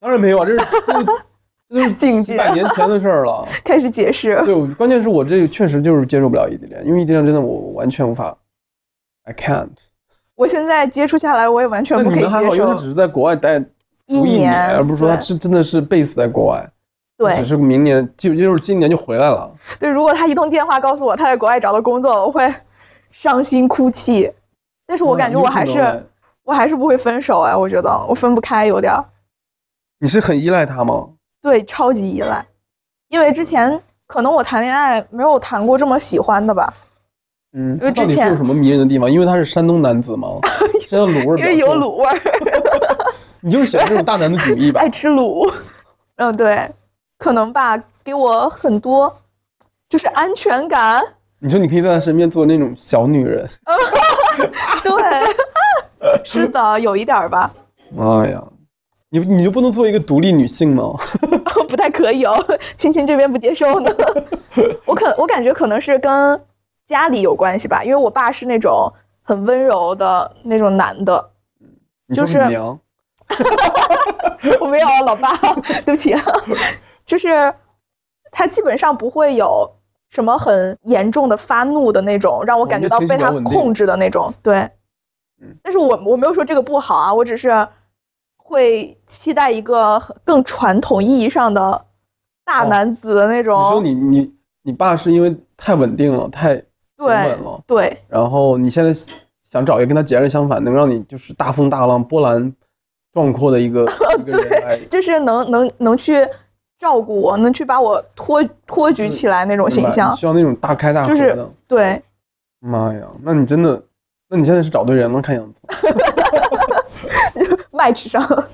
[SPEAKER 1] 当然没有啊，这是这是这 就是
[SPEAKER 2] 禁
[SPEAKER 1] 几
[SPEAKER 2] 止
[SPEAKER 1] 百年前的事儿了。
[SPEAKER 2] 开始解释。
[SPEAKER 1] 对，我关键是我这个确实就是接受不了异地恋，因为异地恋真的我完全无法，I can't。
[SPEAKER 2] 我现在接触下来，我也完全
[SPEAKER 1] 那
[SPEAKER 2] 不
[SPEAKER 1] 你
[SPEAKER 2] 可以
[SPEAKER 1] 们还好，
[SPEAKER 2] 接
[SPEAKER 1] 因为他
[SPEAKER 2] 受
[SPEAKER 1] 只。是在国外待
[SPEAKER 2] 一
[SPEAKER 1] 读一
[SPEAKER 2] 年
[SPEAKER 1] 而不是说他
[SPEAKER 2] 对
[SPEAKER 1] 真真的是 base 在国外，
[SPEAKER 2] 对
[SPEAKER 1] 只是明年就就是今年就回来了。
[SPEAKER 2] 对，如果他一通电话告诉我他在国外找到工作了，我会伤心哭泣。但是 我
[SPEAKER 1] 嗯
[SPEAKER 2] 感觉
[SPEAKER 1] 有
[SPEAKER 2] 我
[SPEAKER 1] 可
[SPEAKER 2] 还
[SPEAKER 1] 能
[SPEAKER 2] 是、
[SPEAKER 1] 哎
[SPEAKER 2] 我还是不会分手哎，我觉得我分不开，有点儿
[SPEAKER 1] 你是很依赖他吗？
[SPEAKER 2] 对，超级依赖。因为之前可能我谈恋爱没有谈过这么喜欢的吧，
[SPEAKER 1] 嗯，
[SPEAKER 2] 因为
[SPEAKER 1] 他到
[SPEAKER 2] 之
[SPEAKER 1] 底是
[SPEAKER 2] 前
[SPEAKER 1] 有什么迷人的地方？因为他是山东男子 嘛，身上卤味儿比
[SPEAKER 2] 因
[SPEAKER 1] 较
[SPEAKER 2] 为有
[SPEAKER 1] 重
[SPEAKER 2] 卤味儿，
[SPEAKER 1] 你就是喜欢这种大男子主义吧
[SPEAKER 2] 爱？吃卤。嗯，对，可能吧，给我很多就是安全感。
[SPEAKER 1] 你说你可以在他身边做那种小女人，
[SPEAKER 2] 对，是的，有一点儿吧，
[SPEAKER 1] 哎呀，你你就不能做一个独立女性吗？
[SPEAKER 2] 不太可以哦。亲亲这边不接 受呢，我可我感觉可能是跟家里有关系吧，因为我爸是那种很温柔的那种男的，
[SPEAKER 1] 你
[SPEAKER 2] 就
[SPEAKER 1] 说
[SPEAKER 2] 是
[SPEAKER 1] 你娘，
[SPEAKER 2] 我没有啊老爸， 对不起 啊，就是他基本上不会有什么很严重的发怒的那种，让我感觉到被他控制的那
[SPEAKER 1] 哦
[SPEAKER 2] 种。对
[SPEAKER 1] 嗯，
[SPEAKER 2] 但是我我没有说这个不好啊，我只是会期待一个很更传统意义上的大男子的那种。
[SPEAKER 1] 哦你说你你你爸是因为太稳定了，太平
[SPEAKER 2] 对
[SPEAKER 1] 稳了，
[SPEAKER 2] 对
[SPEAKER 1] 然后你现在想找一个跟他截然相反，能让你就是大风大浪波澜壮阔的一个
[SPEAKER 2] 哦
[SPEAKER 1] 一个人来
[SPEAKER 2] 就是能能能去照顾我，能去把我托托举起来那种
[SPEAKER 1] 明白
[SPEAKER 2] 形象
[SPEAKER 1] 你。需要那种大开大合的。
[SPEAKER 2] 就是对，
[SPEAKER 1] 妈呀，那你真的，那你现在是找对人了，看样子。
[SPEAKER 2] match 上。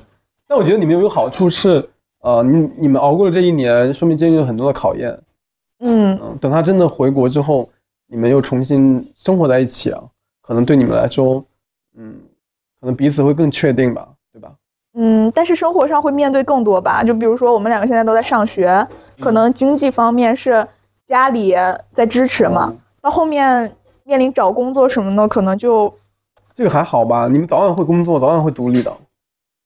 [SPEAKER 1] 但我觉得你们有一个好处是，呃，你你们熬过了这一年，说明经历了很多的考验。
[SPEAKER 2] 嗯，
[SPEAKER 1] 嗯，等他真的回国之后，你们又重新生活在一起啊，可能对你们来说，嗯，可能彼此会更确定吧，对吧？
[SPEAKER 2] 嗯，但是生活上会面对更多吧，就比如说我们两个现在都在上学，可能经济方面是家里在支持
[SPEAKER 1] 嗯
[SPEAKER 2] 嘛，到后面面临找工作什么的，可能就
[SPEAKER 1] 这个还好吧，你们早晚会工作，早晚会独立的，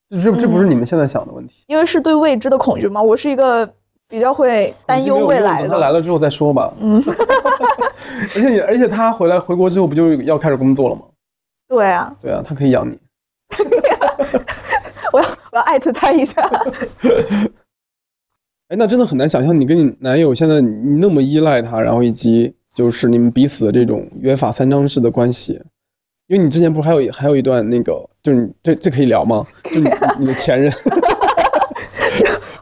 [SPEAKER 1] 这这这不是你们现在想的问题。
[SPEAKER 2] 因为是对未知的恐惧嘛。我是一个比较会担忧未来
[SPEAKER 1] 等他来
[SPEAKER 2] 的，
[SPEAKER 1] 了之后再说吧。
[SPEAKER 2] 嗯，
[SPEAKER 1] 而且你而且他回来回国之后不就要开始工作了吗？
[SPEAKER 2] 对啊，
[SPEAKER 1] 对啊，他可以养你。
[SPEAKER 2] 我要我要艾特他一下。
[SPEAKER 1] 哎，那真的很难想象你跟你男友现在你那么依赖他，然后以及就是你们彼此的这种约法三章式的关系。因为你之前不是还有一还有一段那个，就是你这这可以聊吗？就你你的前任，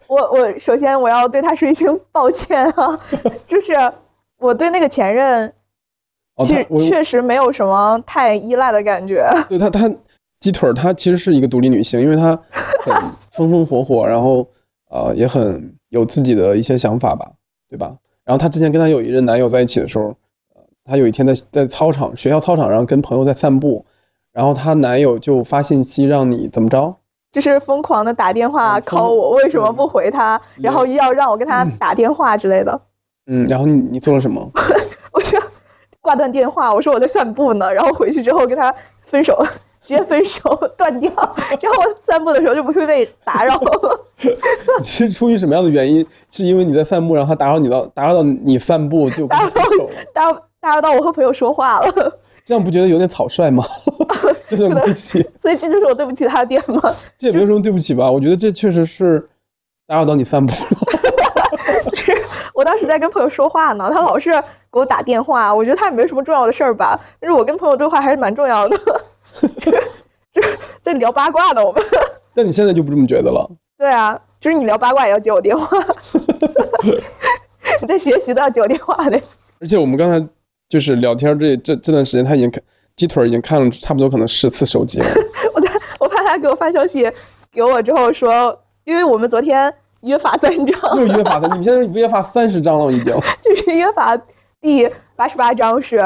[SPEAKER 2] 我我首先我要对他说一声抱歉啊， 就是我对那个前任
[SPEAKER 1] 哦，
[SPEAKER 2] 其
[SPEAKER 1] 他
[SPEAKER 2] 实
[SPEAKER 1] 我
[SPEAKER 2] 确实没有什么太依赖的感觉。
[SPEAKER 1] 对他他鸡腿儿，他其实是一个独立女性，因为她 很风风火火，然后呃也很有自己的一些想法吧，对吧？然后她之前跟她有一任男友在一起的时候，呃，她有一天在在操场学校操场上跟朋友在散步，然后她男友就发信息让你怎么着？
[SPEAKER 2] 就是疯狂的打电话
[SPEAKER 1] 嗯疯嗯
[SPEAKER 2] call 我，为什么不回他？
[SPEAKER 1] 对
[SPEAKER 2] 然后要让我跟他打电话之类的，
[SPEAKER 1] 嗯，然后你你做了什么？
[SPEAKER 2] 我就挂断电话，我说我在散步呢，然后回去之后跟他分手，直接分手断掉，这样我散步的时候就不会被打扰了。
[SPEAKER 1] 你是出于什么样的原因？是因为你在散步，然后他打扰你到打扰到你散步就跟你分手了，
[SPEAKER 2] 打扰打扰到我和朋友说话了，
[SPEAKER 1] 这样不觉得有点草率吗？
[SPEAKER 2] 哦
[SPEAKER 1] 这段关系。
[SPEAKER 2] 所以这就是我对不起他的点吗？
[SPEAKER 1] 这也没有什么对不起吧？我觉得这确实是打扰到你散步了。
[SPEAKER 2] 就是 我当时在跟朋友说话呢，他老是给我打电话，我觉得他也没有什么重要的事儿吧，但是我跟朋友对话还是蛮重要的， 就是在聊八卦呢，我们。
[SPEAKER 1] 但你现在就不这么觉得了。
[SPEAKER 2] 对啊，就是你聊八卦也要接我电话， 你在学习都要接我电话的。
[SPEAKER 1] 而且我们刚才就是聊天这这这段时间，他已经看鸡腿儿已经看了差不多可能十次手机了。
[SPEAKER 2] 我在我怕他给我发消息给我之后说，因为我们昨天约法三章，
[SPEAKER 1] 又约法三，你们现在约法三十章了已经。
[SPEAKER 2] 就是约法第八十八章是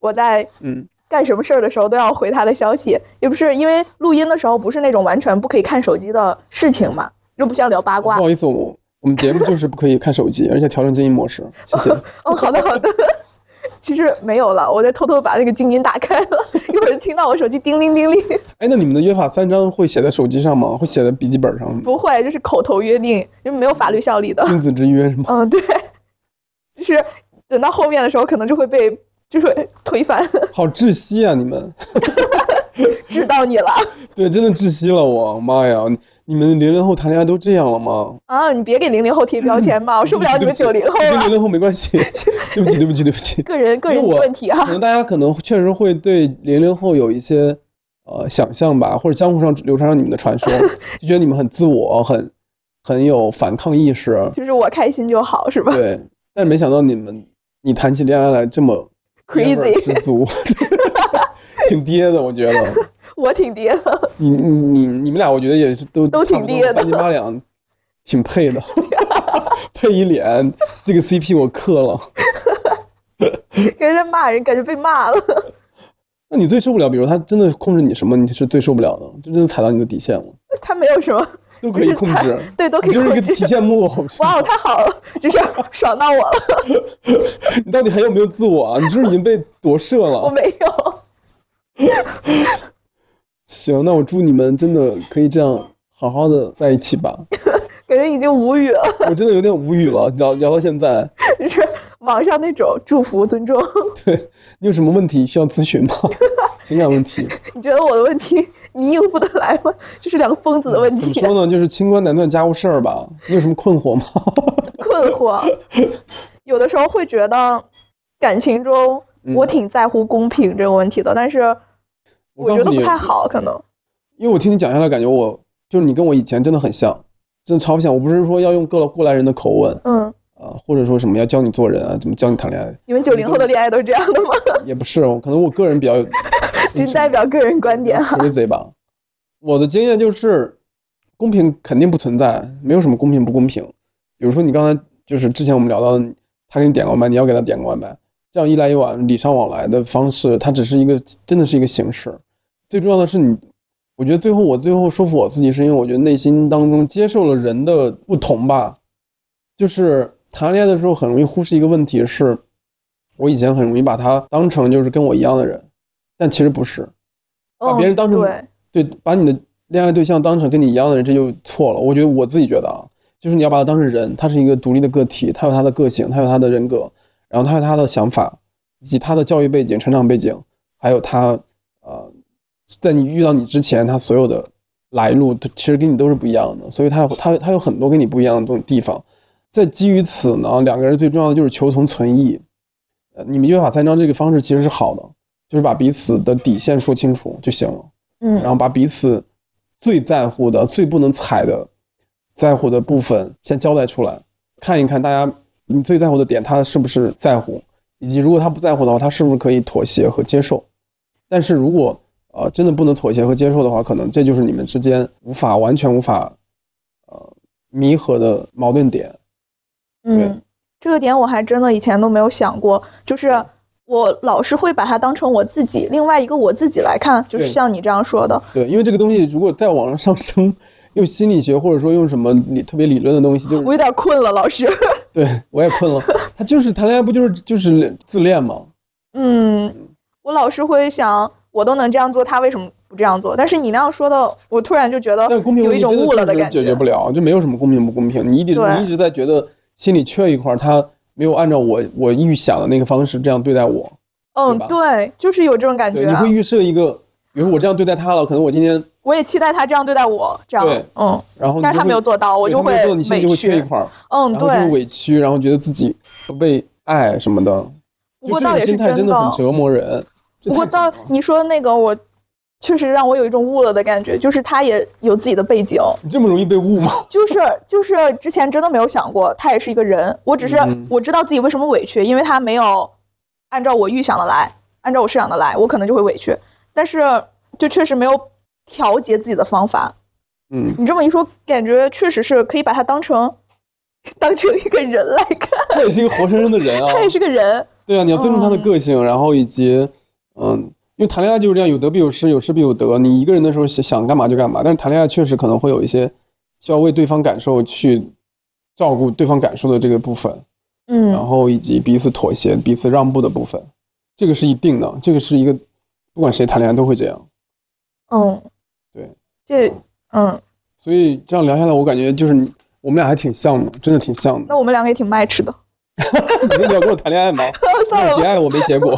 [SPEAKER 2] 我在
[SPEAKER 1] 嗯，
[SPEAKER 2] 干什么事儿的时候都要回他的消息，也不是因为录音的时候不是那种完全不可以看手机的事情嘛，又不像聊八
[SPEAKER 1] 不
[SPEAKER 2] 卦。
[SPEAKER 1] 好意思，我我们节目就是不可以看手机，而且调成静音模式。谢谢。
[SPEAKER 2] 哦，好的好 的。其实没有了，我在偷偷把那个静音打开了， 一会儿听到我手机叮铃叮铃。
[SPEAKER 1] 哎，那你们的约法三章会写在手机上吗？会写在笔记本上吗？
[SPEAKER 2] 不会，就是口头约定，就没有法律效力的。
[SPEAKER 1] 君子之约是吗？
[SPEAKER 2] 嗯，对，就是等到后面的时候，可能就会被就是会推翻，
[SPEAKER 1] 好窒息啊！你们，
[SPEAKER 2] 知道你了
[SPEAKER 1] 对，真的窒息了我。妈呀，你你们零零后谈恋爱都这样了吗？
[SPEAKER 2] 啊！你别给零零后贴标签嘛，我嗯受不了你们九零后
[SPEAKER 1] 跟
[SPEAKER 2] 了，
[SPEAKER 1] 零零后没关系。对不起，对不起，对不 起。
[SPEAKER 2] 个人个人
[SPEAKER 1] 因为我
[SPEAKER 2] 问题啊
[SPEAKER 1] 可。能大家可能确实会对零零后有一些呃想象吧，或者江湖上流传上你们的传 说，就觉得你们很自我，很很有反抗意识。
[SPEAKER 2] 就是我开心就好，是吧
[SPEAKER 1] 对，但没想到你们你谈起恋爱来这么爷味儿
[SPEAKER 2] ？Crazy，
[SPEAKER 1] 十 足，挺爹的，我觉得。
[SPEAKER 2] 我挺爹的，
[SPEAKER 1] 你你你你们俩，我觉得也是都
[SPEAKER 2] 都挺
[SPEAKER 1] 差不多
[SPEAKER 2] 爹的
[SPEAKER 1] 半斤八两，挺配 的，配一脸。这个 CP 我克了。
[SPEAKER 2] 感觉在骂人，感觉被骂了。
[SPEAKER 1] 那你最受不了，比如他真的控制你什么，你是最受不了的，这真的踩到你的底线了，
[SPEAKER 2] 他没有什么，
[SPEAKER 1] 都可以控
[SPEAKER 2] 就
[SPEAKER 1] 制
[SPEAKER 2] 是，他对，都可
[SPEAKER 1] 你
[SPEAKER 2] 以
[SPEAKER 1] 就是一个
[SPEAKER 2] 控
[SPEAKER 1] 提
[SPEAKER 2] 制。
[SPEAKER 1] 线木偶，是 吧
[SPEAKER 2] 哇哦，太好了，就是爽到我了，
[SPEAKER 1] 你到底还有没有自我啊？你是不是已经被夺舍
[SPEAKER 2] 我
[SPEAKER 1] 了？
[SPEAKER 2] 没有。
[SPEAKER 1] 行，那我祝你们真的可以这样好好的在一起吧。
[SPEAKER 2] 感觉已经无语了，
[SPEAKER 1] 我真的有点无语了，聊聊到现在，
[SPEAKER 2] 就是网上那种祝福、尊重。
[SPEAKER 1] 你有什么问题需要咨询吗？ 情感问题
[SPEAKER 2] 你觉得我的问题你应付得来吗？就是两个疯子的 问
[SPEAKER 1] 嗯怎么
[SPEAKER 2] 题，
[SPEAKER 1] 说呢？就是清官难断家务事儿吧。你有什么困惑吗？
[SPEAKER 2] 困惑。 有的时候会觉得，感情中
[SPEAKER 1] 嗯
[SPEAKER 2] 我挺在乎公平这个问题的，但是
[SPEAKER 1] 告
[SPEAKER 2] 觉
[SPEAKER 1] 诉
[SPEAKER 2] 得
[SPEAKER 1] 你
[SPEAKER 2] 不，太好，可能。
[SPEAKER 1] 因为我听你讲下来，感觉我就是你跟我以前真的很像，真的超像。我不是说要用过过来人的口吻
[SPEAKER 2] 嗯，
[SPEAKER 1] 啊、或者说什么要教你做人啊，怎么教你谈恋爱，
[SPEAKER 2] 你们九零后的恋爱都是这样的吗？
[SPEAKER 1] 也不是。哦可能我个人比较
[SPEAKER 2] 仅代表个人观点。啊
[SPEAKER 1] crazy 吧。我的经验就是，公平肯定不存在，没有什么公平不公平。比如说你刚才就是之前我们聊到的，他给你点个外卖，你要给他点个外卖，这样一来一往礼尚往来的方式，它只是一个真的是一个形式。最重要的是你，我觉得最后我最后说服我自己，是因为我觉得内心当中接受了人的不同吧。就是谈恋爱的时候很容易忽视一个问题是，我以前很容易把他当成就是跟我一样的人，但其实不是。把
[SPEAKER 2] 嗯，
[SPEAKER 1] 别人当成
[SPEAKER 2] 对，
[SPEAKER 1] 对，把你的恋爱对象当成跟你一样的人，这就错了。我觉得我自己觉得啊，就是你要把他当成人，他是一个独立的个体，他有他的个性，他有他的人格，然后他有他的想法，以及他的教育背景、成长背景，还有他呃，在你遇到你之前，他所有的来路，其实跟你都是不一样的。所以他有他他有很多跟你不一样的东地方。在基于此呢，两个人最重要的就是求同存异。呃，你们约法三章这个方式其实是好的，就是把彼此的底线说清楚就行了。然
[SPEAKER 2] 嗯，
[SPEAKER 1] 后把彼此最在乎的、最不能踩的、在乎的部分先交代出来，看一看大家你最在乎的点，他是不是在乎，以及如果他不在乎的话，他是不是可以妥协和接受。但是如果呃真的不能妥协和接受的话，可能这就是你们之间无法完全无法呃弥合的矛盾点。对
[SPEAKER 4] 嗯，
[SPEAKER 2] 这个点我还真的以前都没有想过，
[SPEAKER 1] 嗯
[SPEAKER 2] 就是我老是会把它当成我自己另外一个我自己来看，就是
[SPEAKER 1] 对嗯
[SPEAKER 2] 像你这样说的，
[SPEAKER 1] 对，因为这个东西如果再往上升，用心理学或者说用什么理特别理论的东西，就是
[SPEAKER 2] 我有点困了，老师。
[SPEAKER 1] 对我也困了。他就是谈恋爱不就是就是自恋吗？
[SPEAKER 2] 嗯，我老是会想，我都能这样做，他为什么不这样做？但是你那样说的，我突然就觉得
[SPEAKER 1] 但公平
[SPEAKER 2] 有
[SPEAKER 1] 问
[SPEAKER 2] 一
[SPEAKER 1] 题
[SPEAKER 2] 种
[SPEAKER 1] 真
[SPEAKER 2] 悟了
[SPEAKER 1] 的确实
[SPEAKER 2] 感
[SPEAKER 1] 解
[SPEAKER 2] 觉
[SPEAKER 1] 决不。了，就没有什么公平不公平。你一直
[SPEAKER 2] 对
[SPEAKER 1] 你一直在觉得心里缺一块儿，他没有按照我我预想的那个方式这样对待我。
[SPEAKER 2] 嗯
[SPEAKER 1] 对吧，
[SPEAKER 2] 对，就是有这种感
[SPEAKER 1] 对，
[SPEAKER 2] 觉
[SPEAKER 1] 你
[SPEAKER 2] 啊。
[SPEAKER 1] 会预设一个，比如说我这样对待他了，可能我今天，
[SPEAKER 2] 我也期待他这样对待我，这样
[SPEAKER 1] 对，
[SPEAKER 2] 嗯，
[SPEAKER 1] 然后你
[SPEAKER 2] 但是他
[SPEAKER 1] 就
[SPEAKER 2] 没有
[SPEAKER 1] 会
[SPEAKER 2] 做到，我
[SPEAKER 1] 对
[SPEAKER 2] 就
[SPEAKER 1] 他没
[SPEAKER 2] 会
[SPEAKER 1] 有做你心里就
[SPEAKER 2] 委
[SPEAKER 1] 会缺一
[SPEAKER 2] 屈。
[SPEAKER 1] 块儿，
[SPEAKER 2] 嗯，
[SPEAKER 1] 然后就会
[SPEAKER 2] 对，
[SPEAKER 1] 委屈，然后觉得自己不被爱什么的。
[SPEAKER 2] 不
[SPEAKER 1] 就
[SPEAKER 2] 过
[SPEAKER 1] 这
[SPEAKER 2] 倒
[SPEAKER 1] 种
[SPEAKER 2] 也是
[SPEAKER 1] 心态
[SPEAKER 2] 真
[SPEAKER 1] 真的很折磨人。这
[SPEAKER 2] 不过
[SPEAKER 1] 太折磨
[SPEAKER 2] 到
[SPEAKER 1] 了
[SPEAKER 2] 你说那个，我确实让我有一种悟了的感觉，就是他也有自己的背景，
[SPEAKER 1] 你这么容易被误吗？
[SPEAKER 2] 就是就是之前真的没有想过，他也是一个人。我只是
[SPEAKER 1] 嗯
[SPEAKER 2] 我知道自己为什么委屈，因为他没有按照我预想的来，按照我设想的来，我可能就会委屈。但是就确实没有调节自己的方法。
[SPEAKER 1] 嗯，
[SPEAKER 2] 你这么一说，感觉确实是可以把他当成 当成一个人来看，
[SPEAKER 1] 他也是一个活生生的人 啊。
[SPEAKER 2] 他也是个人。
[SPEAKER 1] 对啊，你要尊重他的个性，然后以及，嗯，因为谈恋爱就是这样，有得必有失，有失必有得。你一个人的时候想想干嘛就干嘛，但是谈恋爱确实可能会有一些需要为对方感受去照顾对方感受的这个部分，然
[SPEAKER 2] 嗯，
[SPEAKER 1] 后以及彼此妥协、彼此让步的部分，这个是一定的，这个是一个不管谁谈恋爱都会这样。
[SPEAKER 2] 嗯，
[SPEAKER 1] 对，
[SPEAKER 2] 这嗯，
[SPEAKER 1] 所以这样聊下来，我感觉就是你我们俩还挺像的，真的挺像的
[SPEAKER 2] 那。我们两个也挺 match 的。
[SPEAKER 1] 你们聊过我谈恋爱吗？
[SPEAKER 2] 算了
[SPEAKER 1] 别
[SPEAKER 2] 吧，
[SPEAKER 1] 爱我没结果。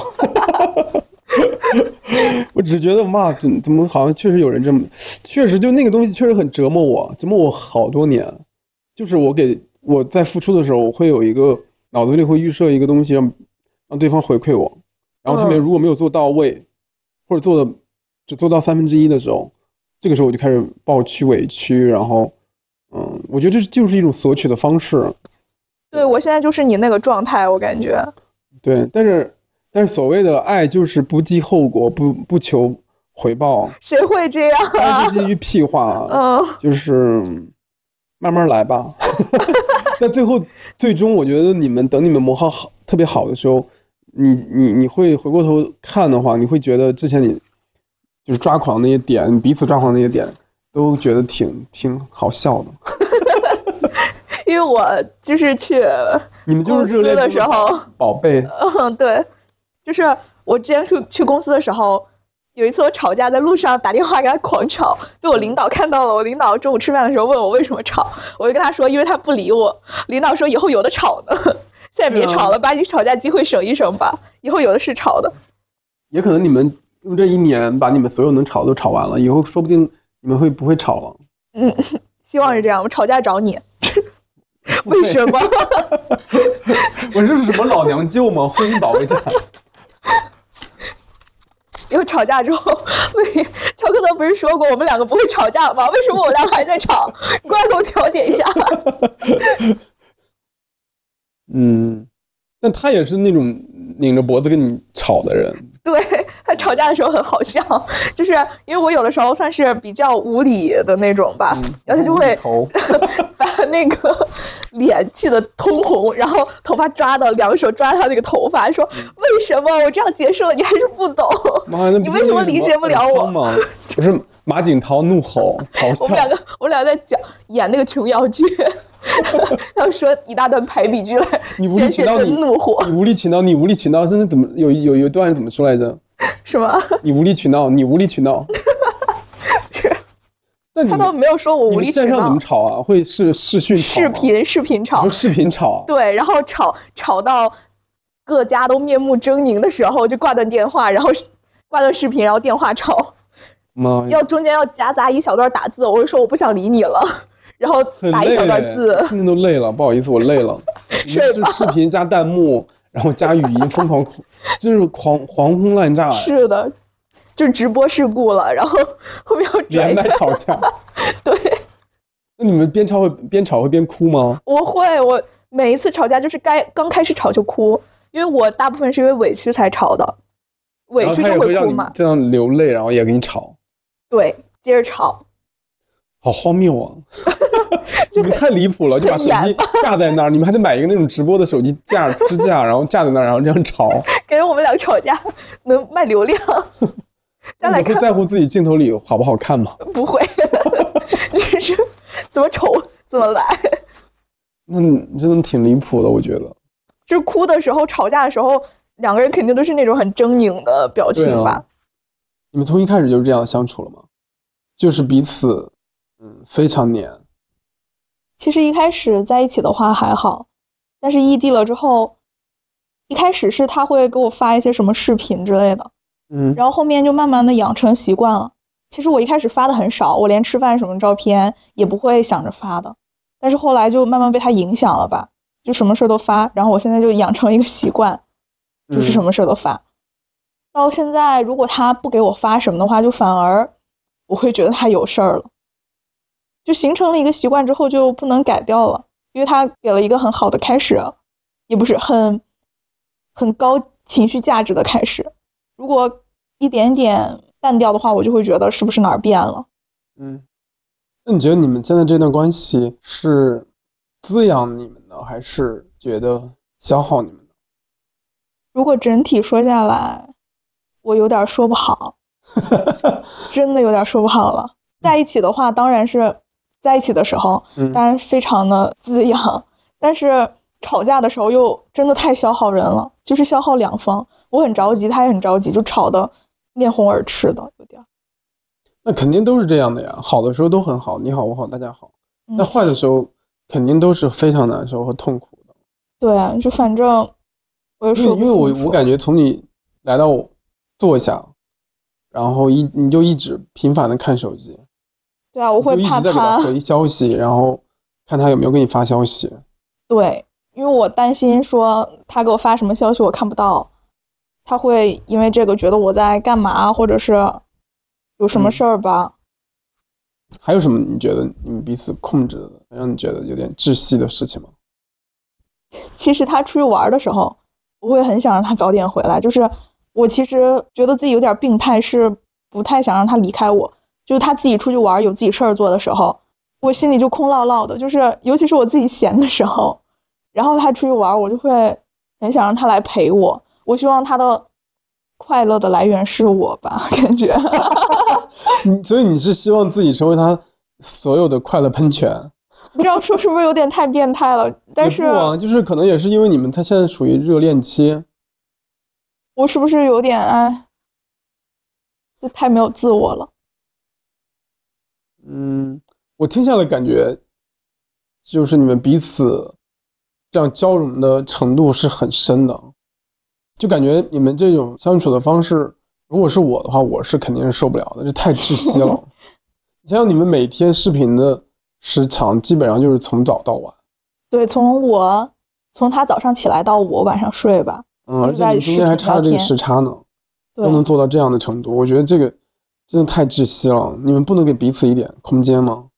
[SPEAKER 1] 我只是觉得哇，怎怎么好像确实有人这么，确实就那个东西确实很折磨我，折磨我好多年。就是我给我在付出的时候，我会有一个脑子里会预设一个东西让，让对方回馈我，然后他们
[SPEAKER 2] 嗯
[SPEAKER 1] 如果没有做到位，或者做的只做到三分之一的时候，这个时候我就开始抱屈委屈，然后嗯，我觉得这是就是一种索取的方式，啊
[SPEAKER 2] 对我现在就是你那个状态，我感觉。
[SPEAKER 1] 对，但是但是所谓的爱就是不计后果，不不求回 报，
[SPEAKER 2] 谁会这样
[SPEAKER 1] 当
[SPEAKER 2] 啊？
[SPEAKER 1] 然这是一句屁话啊，
[SPEAKER 2] 嗯，
[SPEAKER 1] 就是 慢慢来吧。 但最后最终，我觉得你们等你们磨好好特别好的时候，你你你会回过头看的话，你会觉得之前你就是抓狂那些点，彼此抓狂那些点，都觉得挺挺好笑的。
[SPEAKER 2] 因为我就是去，
[SPEAKER 1] 你们就是热恋
[SPEAKER 2] 公司的时候
[SPEAKER 1] 中宝贝，
[SPEAKER 2] 嗯，对，就是我之前去去公司的时候，有一次我吵架在路上打电话给他狂吵，被我领导看到了。我领导中午吃饭的时候问我为什么吵，我就跟他说因为他不理我。领导说以后有的吵呢，现在别
[SPEAKER 1] 对啊
[SPEAKER 2] 吵了，把你吵架机会省一省吧，以后有的是吵的。
[SPEAKER 1] 也可能你们用这一年把你们所有能吵都吵完了，以后说不定你们会不会 啊吵了。
[SPEAKER 2] 希望是这样，我吵架找你，为什么？
[SPEAKER 1] 我这是什么老娘舅吗？婚姻保卫战。
[SPEAKER 3] 因为吵架之后，为乔克德不是说过我们两个不会吵架吗？ 为什么我俩还在吵？你过来给我调解一下。
[SPEAKER 1] 嗯，但他也是那种拧着脖子跟你吵的人，
[SPEAKER 3] 对他吵架的时候很好笑，就是因为我有的时候算是比较无理的那种吧，然后他就会
[SPEAKER 1] 嗯头
[SPEAKER 3] 把那个脸气得通红，然后头发抓到，两手抓他那个头发，说：“
[SPEAKER 1] 嗯
[SPEAKER 3] 为什么我这样解释了，你还是不 懂？
[SPEAKER 1] 妈，那
[SPEAKER 3] 你
[SPEAKER 1] 不
[SPEAKER 3] 为
[SPEAKER 1] 就
[SPEAKER 3] 什
[SPEAKER 1] 那
[SPEAKER 3] 么理解不了
[SPEAKER 1] 尔
[SPEAKER 3] 我
[SPEAKER 1] 康 吗？不是马景涛怒吼咆
[SPEAKER 3] 我们
[SPEAKER 1] 哮
[SPEAKER 3] 两，个，我们俩在讲演那个琼瑶剧， 然后说一大段排比句来，
[SPEAKER 1] 你无理
[SPEAKER 3] 宣
[SPEAKER 1] 取
[SPEAKER 3] 泄
[SPEAKER 1] 闹，
[SPEAKER 3] 的
[SPEAKER 1] 你
[SPEAKER 3] 怒火
[SPEAKER 1] 你无理取闹，你无理取闹，真的怎么有有有一段是怎么说来 着？
[SPEAKER 3] 是吗？
[SPEAKER 1] 你无理取闹，你无理取闹。
[SPEAKER 3] 是
[SPEAKER 1] 那你
[SPEAKER 3] 他倒
[SPEAKER 1] 们
[SPEAKER 3] 没有说我无
[SPEAKER 1] 你们
[SPEAKER 3] 理取
[SPEAKER 1] 线上怎
[SPEAKER 3] 闹
[SPEAKER 1] 么，吵啊？会视视讯吵
[SPEAKER 3] 视
[SPEAKER 1] 吗，
[SPEAKER 3] 频视频吵
[SPEAKER 1] 就，视频吵啊。
[SPEAKER 3] 对，然后吵吵到各家都面目狰狞的时候，就挂断电话，然后挂断视频，然后电话吵，
[SPEAKER 1] 妈呀，
[SPEAKER 3] 要中间要夹杂一小段打字，我就说我不想理你了， 然后
[SPEAKER 1] 很
[SPEAKER 3] 打一
[SPEAKER 1] 累
[SPEAKER 3] 小段，字，
[SPEAKER 1] 听着都累了，不好意思，我累 了。你们
[SPEAKER 3] 睡
[SPEAKER 1] 是视频加弹幕，然后加语音，疯狂哭，真是狂狂轰滥炸，哎
[SPEAKER 3] 是的，就直播事故了，然后后面要转
[SPEAKER 1] 连
[SPEAKER 3] 一下
[SPEAKER 1] 麦，吵架。
[SPEAKER 3] 对。
[SPEAKER 1] 那你们边吵会边吵会边哭吗？
[SPEAKER 3] 我会，我每一次吵架就是该刚开始吵就哭，因为我大部分是因为委屈才吵的，委
[SPEAKER 1] 然后
[SPEAKER 3] 屈
[SPEAKER 1] 他
[SPEAKER 3] 就
[SPEAKER 1] 也会
[SPEAKER 3] 会
[SPEAKER 1] 让
[SPEAKER 3] 哭
[SPEAKER 1] 你
[SPEAKER 3] 嘛，
[SPEAKER 1] 这样流泪，然后也给你吵，
[SPEAKER 3] 对，接着吵，
[SPEAKER 1] 好荒谬 啊！你们太离谱了，就把手
[SPEAKER 3] 很
[SPEAKER 1] 机架在那儿，你们还得买一个那种直播的手机架支架，然后架在那儿，然后这样吵。
[SPEAKER 3] 感觉我们俩吵架能卖流 量， 大家
[SPEAKER 1] 那
[SPEAKER 3] 来
[SPEAKER 1] 你 会
[SPEAKER 3] 看
[SPEAKER 1] 在乎自己镜头里好不好看吗？
[SPEAKER 3] 不会， 就是怎么丑怎么来，
[SPEAKER 1] 那你真的挺离谱的，我觉得。
[SPEAKER 3] 就是哭的时候吵架的时候，两个人肯定都是那种很狰狞的表情
[SPEAKER 1] 对啊
[SPEAKER 3] 吧，
[SPEAKER 1] 你们从一开始就是这样相处了吗？就是彼此，嗯，非常黏。
[SPEAKER 2] 其实一开始在一起的话还好，但是异地了之后，一开始是他会给我发一些什么视频之类的，
[SPEAKER 1] 嗯，
[SPEAKER 2] 然后后面就慢慢的养成习惯了。其实我一开始发的很少，我连吃饭什么照片也不会想着发的，但是后来就慢慢被他影响了吧，就什么事儿都发，然后我现在就养成一个习惯，就是什
[SPEAKER 1] 嗯
[SPEAKER 2] 么事儿都发。到现在，如果他不给我发什么的话，就反而我会觉得他有事儿了，就形成了一个习惯之后就不能改掉了，因为他给了一个很好的开始，啊也不是很很高情绪价值的开始。如果一点点淡掉的话，我就会觉得是不是哪儿变了。
[SPEAKER 1] 嗯。那你觉得你们现在这段关系是滋养你们呢，还是觉得消耗你们呢？
[SPEAKER 2] 如果整体说下来，我有点儿说不好，真的有点儿说不好了。在一起的话，当然是在一起的时候，
[SPEAKER 1] 嗯
[SPEAKER 2] 当然非常的滋养，但是吵架的时候又真的太消耗人了，就是消耗两方。我很着急，他也很着急，就吵得面红耳赤的，有点儿。
[SPEAKER 1] 那肯定都是这样的呀，好的时候都很好，你好我好大家好，
[SPEAKER 2] 嗯
[SPEAKER 1] 那坏的时候肯定都是非常难受和痛苦的。
[SPEAKER 2] 对，就反正我也
[SPEAKER 1] 因
[SPEAKER 2] 说
[SPEAKER 1] 为
[SPEAKER 2] 不
[SPEAKER 1] 因为
[SPEAKER 2] 清
[SPEAKER 1] 我
[SPEAKER 2] 楚
[SPEAKER 1] 我感觉从你来到我坐下，然后一你就一直频繁的看手机，
[SPEAKER 2] 对啊，我会
[SPEAKER 1] 就一
[SPEAKER 2] 怕
[SPEAKER 1] 直在给他
[SPEAKER 2] 他。
[SPEAKER 1] 回消息，然后看他有没有给你发消息。
[SPEAKER 2] 对，因为我担心说他给我发什么消息我看不到，他会因为这个觉得我在干嘛，或者是有
[SPEAKER 1] 嗯
[SPEAKER 2] 什么事儿吧。
[SPEAKER 1] 还有什么你觉得你们彼此控制的，让你觉得有点窒息的事情吗？
[SPEAKER 2] 其实他出去玩儿的时候，我会很想让他早点回来。就是我其实觉得自己有点病态，是不太想让他离开我。就是他自己出去玩儿有自己事儿做的时候，我心里就空落落的。就是尤其是我自己闲的时候，然后他出去玩儿，我就会很想让他来陪我。我希望他的快乐的来源是我吧， 感觉。
[SPEAKER 1] 你所以你是希望自己成为他所有的快乐喷泉？
[SPEAKER 2] 你这样说是不是有点太变态了？但是
[SPEAKER 1] 也不啊，就是可能也是因为你们他现在属于热恋期，
[SPEAKER 2] 我是不是有点哎，就太没有自我了？
[SPEAKER 1] 嗯，我听下来感觉，就是你们彼此这样交融的程度是很深的，就感觉你们这种相处的方式，如果是我的话，我是肯定是受不了的，这太窒息 了。你想想，你们每天视频的时长基本上就是从早到晚，
[SPEAKER 2] 对，从我从他早上起来到我晚上睡吧，
[SPEAKER 1] 嗯，
[SPEAKER 2] 一
[SPEAKER 1] 而且你
[SPEAKER 2] 直在
[SPEAKER 1] 们中间还
[SPEAKER 2] 视频聊
[SPEAKER 1] 差了这个
[SPEAKER 2] 天
[SPEAKER 1] 时差呢，
[SPEAKER 2] 对
[SPEAKER 1] 都能做到这样的程度，我觉得这个真的太窒息了。你们不能给彼此一点空间吗？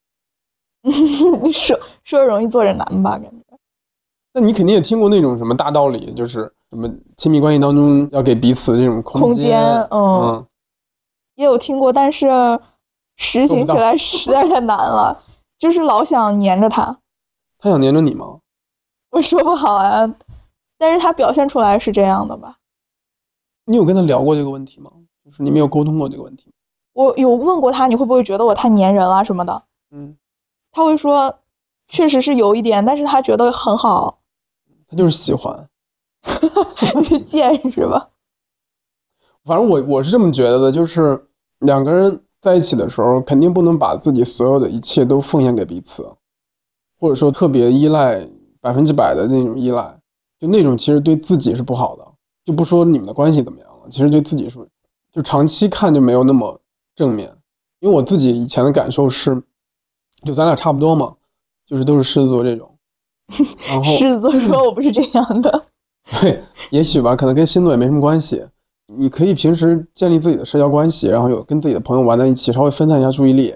[SPEAKER 2] 你 说说容易做人难吧？感觉
[SPEAKER 1] 那你肯定也听过那种什么大道理，就是什么亲密关系当中要给彼此这种空
[SPEAKER 2] 空间嗯
[SPEAKER 1] 嗯，
[SPEAKER 2] 也有听过，但是实行起来实在太难了，就是老想黏着他，
[SPEAKER 1] 他想黏着你吗？
[SPEAKER 2] 我说不好啊。但是他表现出来是这样的吧？
[SPEAKER 1] 你有跟他聊过这个问题吗？就是你们有沟通过这个问题吗？
[SPEAKER 2] 我有问过他，你会不会觉得我太粘人了什么的？
[SPEAKER 1] 嗯，
[SPEAKER 2] 他会说，确实是有一点，但是他觉得很好，
[SPEAKER 1] 他就是喜欢。
[SPEAKER 2] 是贱是吧？
[SPEAKER 1] 反正我我是这么觉得的，就是两个人在一起的时候，肯定不能把自己所有的一切都奉献给彼此，或者说特别依赖百分之百的那种依赖，就那种其实对自己是不好的。就不说你们的关系怎么样了，其实对自己是，就长期看就没有那么正面。因为我自己以前的感受是，就咱俩差不多嘛，就是都是狮子座这种，然后
[SPEAKER 2] 狮子座说我不是这样的，
[SPEAKER 1] 对，也许吧，可能跟星座也没什么关系。你可以平时建立自己的社交关系，然后有跟自己的朋友玩在一起，稍微分散一下注意力，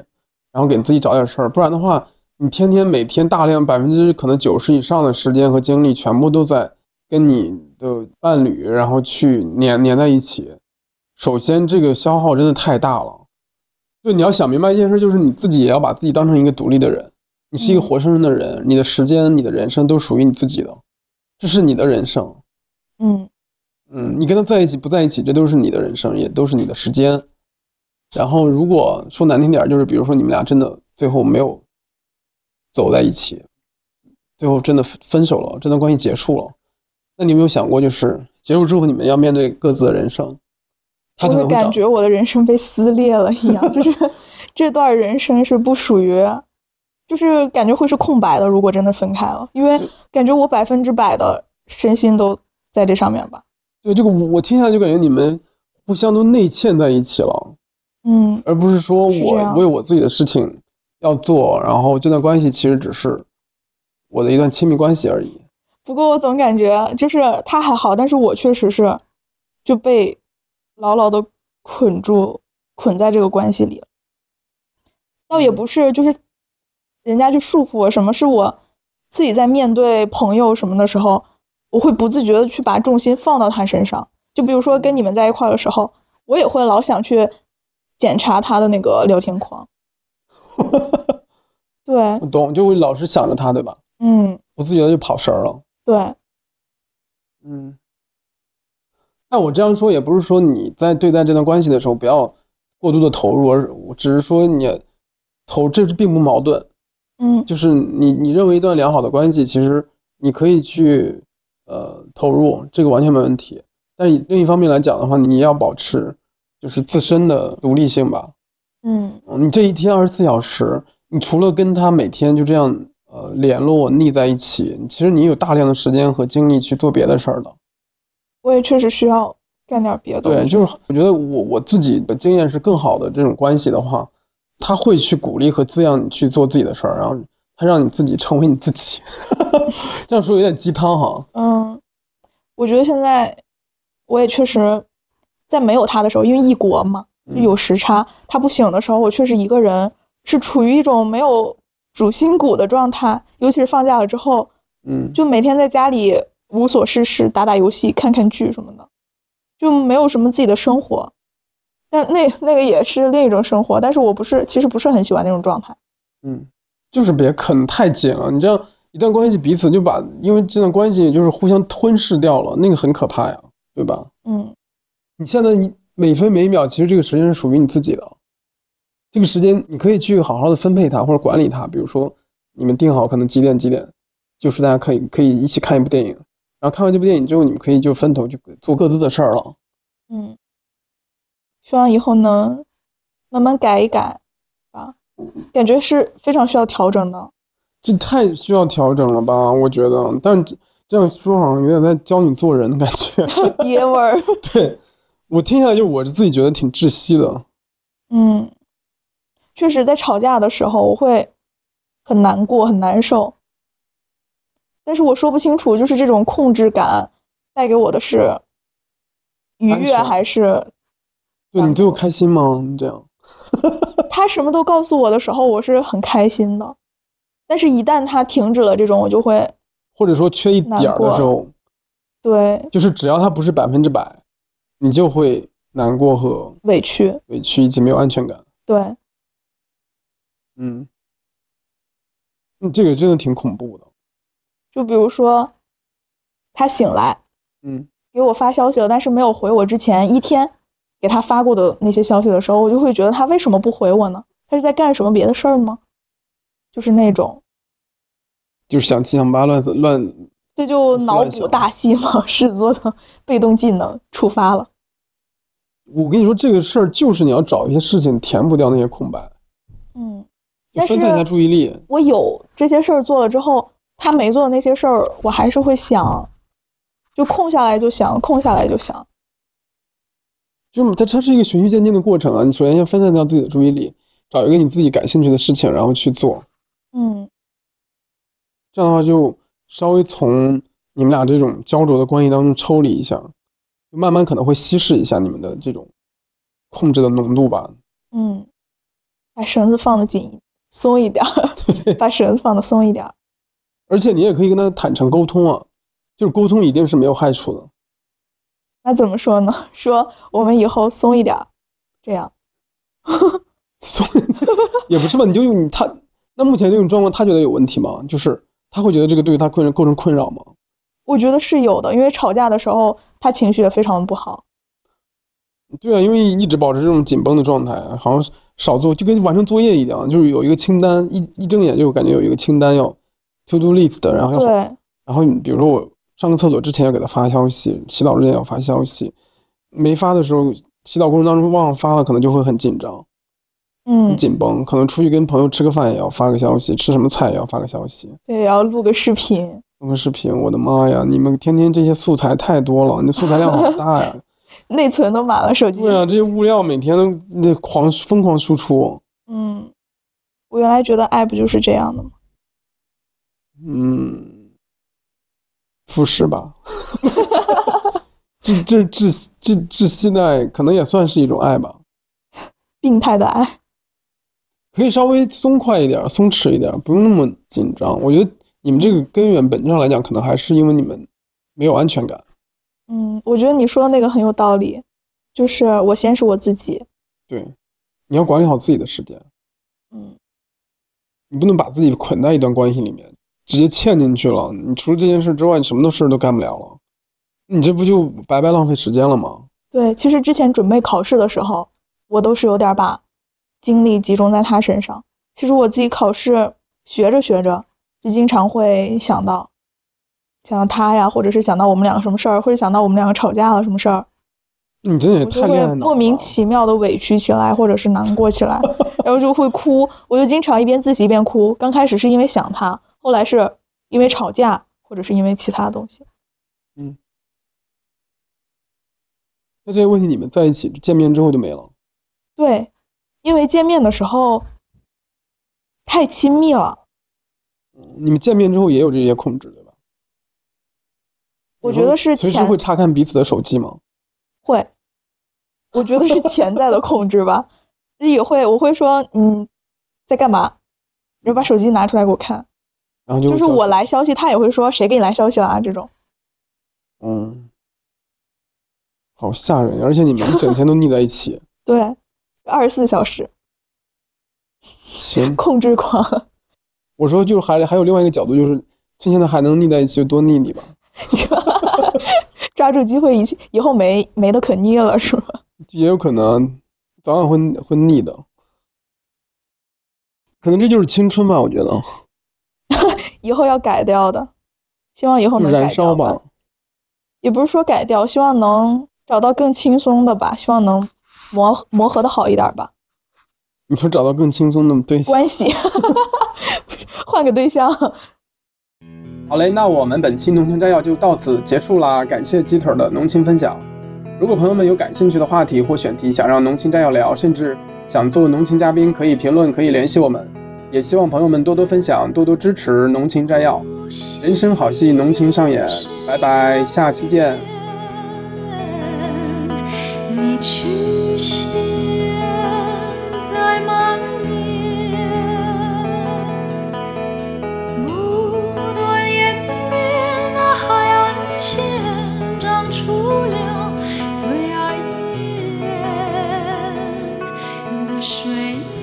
[SPEAKER 1] 然后给自己找点事儿。不然的话，你天天每天大量百分之可能九十以上的时间和精力全部都在跟你的伴侣，然后去粘粘在一起。首先，这个消耗真的太大了。对，你要想明白一件事，就是你自己也要把自己当成一个独立的人，你是一个活生生的人，你的时间、你的人生都属于你自己的，这是你的人生。
[SPEAKER 2] 嗯，
[SPEAKER 1] 嗯，你跟他在一起不在一起，这都是你的人生，也都是你的时间。然后，如果说难听点儿，就是比如说你们俩真的最后没有走在一起，最后真的分分手了，这段关系结束了，那你有没有想过，就是结束之后你们要面对各自的人生？他
[SPEAKER 2] 我
[SPEAKER 1] 可
[SPEAKER 2] 会
[SPEAKER 1] 能会
[SPEAKER 2] 感
[SPEAKER 1] 找
[SPEAKER 2] 觉我的人生被撕裂了一样，就是这段人生是不属于，就是感觉会是空白的。如果真的分开了，因为感觉我百分之百的身心都在这上面吧。
[SPEAKER 1] 对这个，我我听下来就感觉你们互相都内嵌在一起了，
[SPEAKER 2] 嗯，
[SPEAKER 1] 而不是说
[SPEAKER 2] 是这啊
[SPEAKER 1] 我
[SPEAKER 2] 样
[SPEAKER 1] 为我自己的事情要做，然后这段关系其实只是我的一段亲密关系而 已。
[SPEAKER 2] 不过我总感觉就是他还好，但是我确实是就被牢牢的捆住，捆在这个关系里了。倒也不是就是人家去束缚我什么，是我自己在面对朋友什么的时候，我会不自觉的去把重心放到他身上。就比如说跟你们在一块儿的时候，我也会老想去检查他的那个聊天框。对
[SPEAKER 1] 我，懂，就会老是想着他，对吧？
[SPEAKER 2] 嗯，
[SPEAKER 1] 我自觉得就跑神儿了。
[SPEAKER 2] 对，
[SPEAKER 1] 嗯，但我这样说也不是说你在对待这段关系的时候不要过度的投入，而我只是说你投这并不矛盾，
[SPEAKER 2] 嗯
[SPEAKER 1] 就是你你认为一段良好的关系，其实你可以去呃投入，这个完全没问题。但以另一方面来讲的话，你要保持就是自身的独立性吧。
[SPEAKER 2] 嗯，
[SPEAKER 1] 嗯你这一天二十四小时，你除了跟他每天就这样呃联络腻在一起，其实你有大量的时间和精力去做别的事儿的。
[SPEAKER 2] 我也确实需要干点别的东西。
[SPEAKER 1] 对，就是我觉得我我自己的经验是更好的这种关系的话，他会去鼓励和滋养你去做自己的事儿，然后他让你自己成为你自己。 这样说有点鸡汤哈。
[SPEAKER 2] 嗯，我觉得现在我也确实在没有他的时候，因为异国嘛，就有时差，他不醒的时候，我确实一个人是处于一种没有主心骨的状态，尤其是放假了之后，
[SPEAKER 1] 嗯，
[SPEAKER 2] 就每天在家里无所事事，打打游戏、看看剧什么的，就没有什么自己的生活。但那那个也是另一种生活，但是我不是，其实不是很喜欢那种状态。
[SPEAKER 1] 嗯，就是别啃太紧了，你这样一段关系彼此就把，因为这段关系就是互相吞噬掉了，那个很可怕呀，对吧？
[SPEAKER 2] 嗯，
[SPEAKER 1] 你现在你每分每秒，其实这个时间是属于你自己的。这个时间你可以去好好的分配它或者管理它，比如说你们定好可能几点几点，就是大家可以可以一起看一部电影，然后看完这部电影之后，你们可以就分头去做各自的事儿了。
[SPEAKER 2] 嗯，希望以后能慢慢改一改吧，感觉是非常需要调整的。
[SPEAKER 1] 这太需要调整了吧？我觉得，但这这样说好像有点在教你做人的感觉。
[SPEAKER 2] 爹味儿，
[SPEAKER 1] 对我听下来就我自己觉得挺窒息的。
[SPEAKER 2] 嗯，确实在吵架的时候我会很难过，很难受，但是我说不清楚，就是这种控制感带给我的是愉
[SPEAKER 1] 安
[SPEAKER 2] 悦
[SPEAKER 1] 全
[SPEAKER 2] 还是
[SPEAKER 1] 对你最后开心吗？你这样，
[SPEAKER 2] 他什么都告诉我的时候，我是很开心的，但是一旦他停止了这种，我就会
[SPEAKER 1] 或者说缺一点儿的时候，
[SPEAKER 2] 对
[SPEAKER 1] 就是只要它不是百分之百，你就会难过和
[SPEAKER 2] 委屈，
[SPEAKER 1] 委屈以及没有安全感。
[SPEAKER 2] 对
[SPEAKER 1] 嗯，嗯这个真的挺恐怖的。
[SPEAKER 2] 就比如说，他醒来
[SPEAKER 1] 嗯，
[SPEAKER 2] 给我发消息了，但是没有回我之前一天给他发过的那些消息的时候，我就会觉得他为什么不回我呢？他是在干什么别的事儿吗？就是那种，
[SPEAKER 1] 就是想七想八乱子乱，
[SPEAKER 2] 这就
[SPEAKER 1] 胡思
[SPEAKER 2] 脑
[SPEAKER 1] 乱
[SPEAKER 2] 补
[SPEAKER 1] 想
[SPEAKER 2] 大戏嘛， 狮子座的被动技能触发了。
[SPEAKER 1] 我跟你说这个事儿就是你要找一些事情填补掉那些空白，
[SPEAKER 2] 嗯，
[SPEAKER 1] 就分散一下
[SPEAKER 2] 但是
[SPEAKER 1] 注意力。
[SPEAKER 2] 我有这些事儿做了之后，他没做的那些事儿，我还是会想，就空下来就想，空下来就想。
[SPEAKER 1] 就是它它是一个循序渐进的过程啊。你首先要分散掉自己的注意力，找一个你自己感兴趣的事情，然后去做。
[SPEAKER 2] 嗯，
[SPEAKER 1] 这样的话就稍微从你们俩这种焦灼的关系当中抽离一下，就慢慢可能会稀释一下你们的这种控制的浓度吧。
[SPEAKER 2] 嗯，把绳子放的紧，松一点 儿，把绳子放的松一点儿。
[SPEAKER 1] 而且你也可以跟他坦诚沟通啊，就是沟通一定是没有害处的。
[SPEAKER 2] 那怎么说呢？ 说我们以后松一点儿，这样。
[SPEAKER 1] 所以也不是吧，你就用你他那目前这种状况，他觉得有问题吗？就是他会觉得这个对于他困构成困扰吗？
[SPEAKER 2] 我觉得是有的，因为吵架的时候他情绪也非常不好。
[SPEAKER 1] 对啊，因为一直保持这种紧绷的状态，啊好像是少做就跟完成作业一样，就是有一个清单，一一睁眼就感觉有一个清单要 to do list，然后要
[SPEAKER 2] 对，
[SPEAKER 1] 然后你比如说我上个厕所之前要给他发消息，洗澡之前要发消息，没发的时候，洗澡过程当中忘了发了，可能就会很紧张、很
[SPEAKER 2] 嗯，
[SPEAKER 1] 紧绷，可能出去跟朋友吃个饭也要发个消息，吃什么菜也要发个消息，
[SPEAKER 2] 对，要录个视频，
[SPEAKER 1] 录个视频。我的妈呀，你们天天这些素材太多了，你素材量好大呀！
[SPEAKER 2] 内存都满了，手机。
[SPEAKER 1] 对啊，这些物料每天都那狂疯狂输出，
[SPEAKER 2] 嗯，我原来觉得爱不就是这样的吗？
[SPEAKER 1] 嗯，复试吧。这这这这这现在可能也算是一种爱吧。
[SPEAKER 2] 病态的爱。
[SPEAKER 1] 可以稍微松快一点儿，松弛一点儿，不用那么紧张。我觉得你们这个根源本质上来讲，可能还是因为你们没有安全感。
[SPEAKER 2] 嗯，我觉得你说的那个很有道理，就是我先是我自己。
[SPEAKER 1] 对，你要管理好自己的时间，
[SPEAKER 2] 嗯，
[SPEAKER 1] 你不能把自己捆在一段关系里面，直接嵌进去了。你除了这件事之外，你什么的事儿都干不了了，你这不就白白浪费时间了吗？
[SPEAKER 2] 对，其实之前准备考试的时候，我都是有点把精力集中在他身上。其实我自己考试学着学着，就经常会想到，想到他呀，或者是想到我们两个什么事儿，或者想到我们两个吵架了什么事儿，
[SPEAKER 1] 你真的也
[SPEAKER 2] 我就
[SPEAKER 1] 太恋爱脑啊
[SPEAKER 2] 会
[SPEAKER 1] 了吧。
[SPEAKER 2] 莫名其妙的委屈起来，或者是难过起 来，然后就会哭。我就经常一边自习一边哭。刚开始是因为想他，后来是因为吵架，或者是因为其他东西。
[SPEAKER 1] 那这些问题你们在一起见面之后就没了。
[SPEAKER 2] 对，因为见面的时候太亲密了，
[SPEAKER 1] 你们见面之后也有这些控制，对吧？
[SPEAKER 2] 我觉得是
[SPEAKER 1] 随时
[SPEAKER 2] 潜
[SPEAKER 1] 嗯会查看彼此的手机吗？
[SPEAKER 2] 会，我觉得是潜在的控制吧。也会，我会说，嗯，在干嘛？然后把手机拿出来给我看，
[SPEAKER 1] 然后就
[SPEAKER 2] 就
[SPEAKER 1] 会
[SPEAKER 2] 是
[SPEAKER 1] 消
[SPEAKER 2] 我
[SPEAKER 1] 失
[SPEAKER 2] 来消息，他也会说谁给你来消息了啊？这种，
[SPEAKER 1] 嗯，好吓人，而且你们 整天都腻在一起，
[SPEAKER 2] 对，二十四小时
[SPEAKER 1] 行。
[SPEAKER 2] 控制狂。
[SPEAKER 1] 我说就是还还有另外一个角度，就是趁现在还能腻在一起，就多腻腻吧。
[SPEAKER 2] 抓住机会以以后没没得可捏了，是吗？
[SPEAKER 1] 也有可能早晚会会腻的，可能这就是青春吧，我觉得
[SPEAKER 2] 以后要改掉的，希望以后
[SPEAKER 1] 就
[SPEAKER 2] 能
[SPEAKER 1] 燃
[SPEAKER 2] 改
[SPEAKER 1] 烧
[SPEAKER 2] 掉
[SPEAKER 1] 吧。
[SPEAKER 2] 也不是说改掉，希望能找到更轻松的吧，希望能磨合磨合的好一点吧，
[SPEAKER 1] 你说找到更轻松的对象。
[SPEAKER 2] 关系 换个对象，
[SPEAKER 1] 好嘞，那我们本期农情摘要就到此结束啦，感谢鸡腿儿的农情分享。如果朋友们有感兴趣的话题或选题，想让农情摘要聊，甚至想做农情嘉宾，可以评论，可以联系我们。也希望朋友们多多分享，多多支持农情摘要。人生好戏，农情上演，拜拜，下期见。
[SPEAKER 5] 你去向水